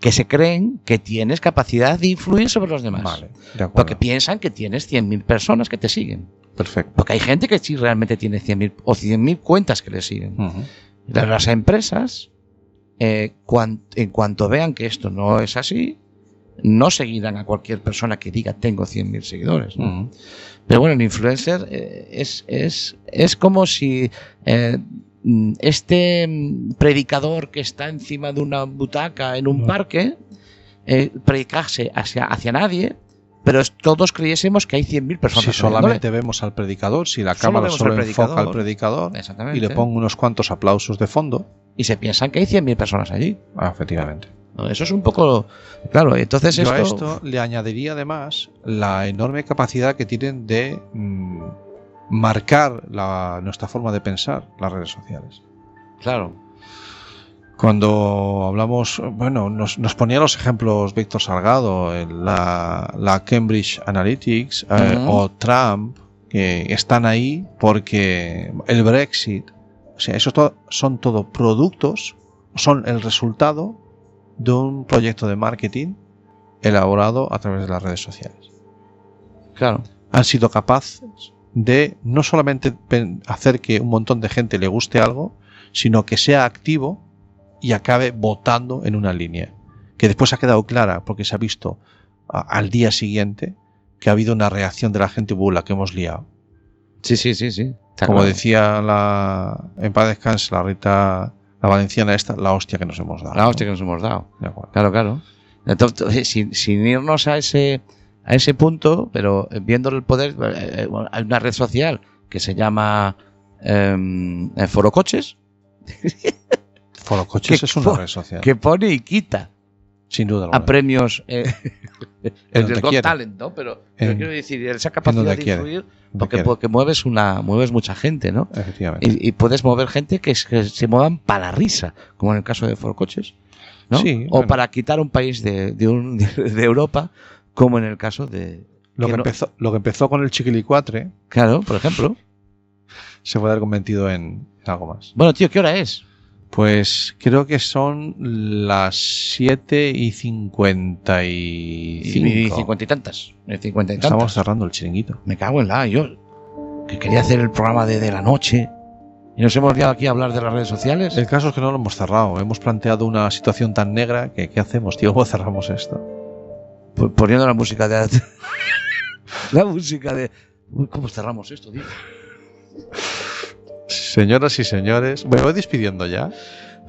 C: que se creen que tienes capacidad de influir sobre los demás.
B: Vale, de acuerdo.
C: Porque piensan que tienes 100.000 personas que te siguen.
B: Perfecto.
C: Porque hay gente que sí realmente tiene 100.000 o 100.000 cuentas que le siguen.
B: Ujú.
C: Las, las empresas, eh, cuan- en cuanto vean que esto no es así, no seguirán a cualquier persona que diga tengo 100.000 seguidores. ¿no?
B: Ujú.
C: Pero bueno, el influencer eh, es, es, es como si eh, mm, este mm, predicador que está encima de una butaca en un
B: No.
C: parque eh, predicase hacia, hacia nadie, pero es- todos creyésemos que hay 100.000 personas.
B: Si
C: siguiéndole.
B: solamente vemos al predicador, si la
C: Solo
B: cámara
C: vemos
B: solo
C: al
B: enfoca al
C: predicador.
B: predicador
C: Exactamente.
B: y le pongo unos cuantos aplausos de fondo,
C: Y se piensan que hay 100.000 personas allí.
B: ah, efectivamente.
C: ¿no? Eso es un poco... Claro, entonces
B: Yo a
C: esto-
B: esto le añadiría además la enorme capacidad que tienen de mm, marcar la- nuestra forma de pensar las redes sociales.
C: Claro.
B: Cuando hablamos, bueno, nos, nos ponía los ejemplos Víctor Salgado, el- la, la Cambridge Analytics eh,
C: Ujú.
B: o Trump, que están ahí porque el Brexit, o sea, eso to- son todo productos, son el resultado de un proyecto de marketing elaborado a través de las redes sociales.
C: Claro.
B: Han sido capaces de no solamente pen- hacer que un montón de gente le guste algo, sino que sea activo y acabe votando en una línea, que después ha quedado clara porque se ha visto a- al día siguiente que ha habido una reacción de la gente bula que hemos liado.
C: Sí, sí, sí, sí. Está
B: Como
C: claro.
B: decía la en paz descanse la Rita la valenciana esta, la hostia que nos hemos dado.
C: La
B: ¿no?
C: hostia que nos hemos dado.
B: De acuerdo.
C: Claro, claro. Entonces, sin, sin irnos a ese, a ese punto, pero viendo el poder, eh, eh, bueno, hay una red social que se llama em, eh, Forocoches,
B: Foro Coches
C: Que-
B: es una red social.
C: que pone y quita
B: sin duda
C: a
B: alguna.
C: premios eh, el
B: donde
C: del Got
B: quiera.
C: Talent, ¿no? Pero, pero
B: En-
C: quiero decir, esa
B: donde
C: capacidad de
B: quiera.
C: influir,
B: Donde
C: porque,
B: quiera.
C: porque mueves, una, mueves mucha gente, ¿no?
B: Efectivamente.
C: Y, y puedes mover gente que, es- que se muevan para la risa, como en el caso de Forcoches, ¿no?
B: Sí,
C: o
B: bueno.
C: para quitar un país de, de, un- de Europa, como en el caso de...
B: Lo que,
C: no-
B: empezó, lo que empezó con el chiquilicuatre
C: Claro, por ejemplo.
B: se puede haber convertido en algo más.
C: Bueno, tío, ¿qué hora es?
B: Pues creo que son las 7 y 55.
C: Y cincuenta y tantas. eh, Cincuenta y tantas.
B: Estamos cerrando el chiringuito.
C: Me cago en la. Yo que quería hacer el programa de, de la noche y nos hemos liado aquí a hablar de las redes sociales.
B: El caso es que no lo hemos cerrado. Hemos planteado una situación tan negra que ¿qué hacemos, tío? ¿Cómo cerramos esto?
C: P- poniendo la música de. la música de. Uy, ¿cómo cerramos esto, tío?
B: Señoras y señores, me voy despidiendo ya.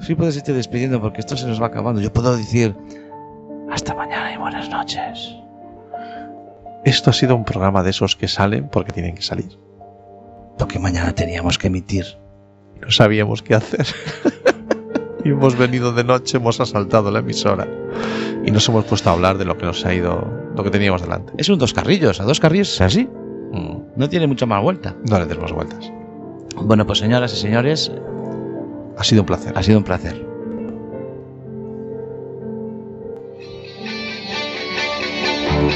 C: Sí, puedes irte despidiendo porque esto se nos va acabando. Yo puedo decir. Hasta mañana y buenas noches.
B: Esto ha sido un programa de esos que salen porque tienen que salir.
C: Lo que mañana teníamos que emitir.
B: No sabíamos qué hacer. y hemos venido de noche, hemos asaltado la emisora y nos hemos puesto a hablar de lo que nos ha ido, lo que teníamos delante.
C: Es un dos carrillos. A dos carrillos es así.
B: Mm,
C: No tiene mucha más vuelta.
B: No le des más vueltas.
C: Bueno, pues señoras y señores,
B: Ha sido un placer.
C: ha sido un placer.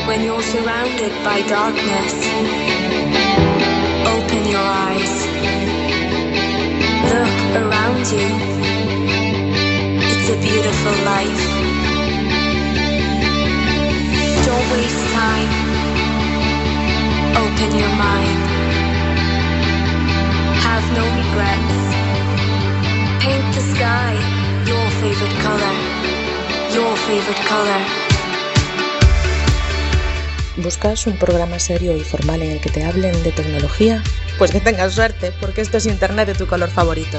D: When you're surrounded by darkness, open your eyes. Look around you. It's a beautiful life. Don't waste time. Open your mind. Have no regrets. Paint the sky your favorite color. Your favorite color.
A: ¿Buscas un programa serio y formal en el que te hablen de tecnología? Pues que tengas suerte, porque esto es Internet de tu color favorito.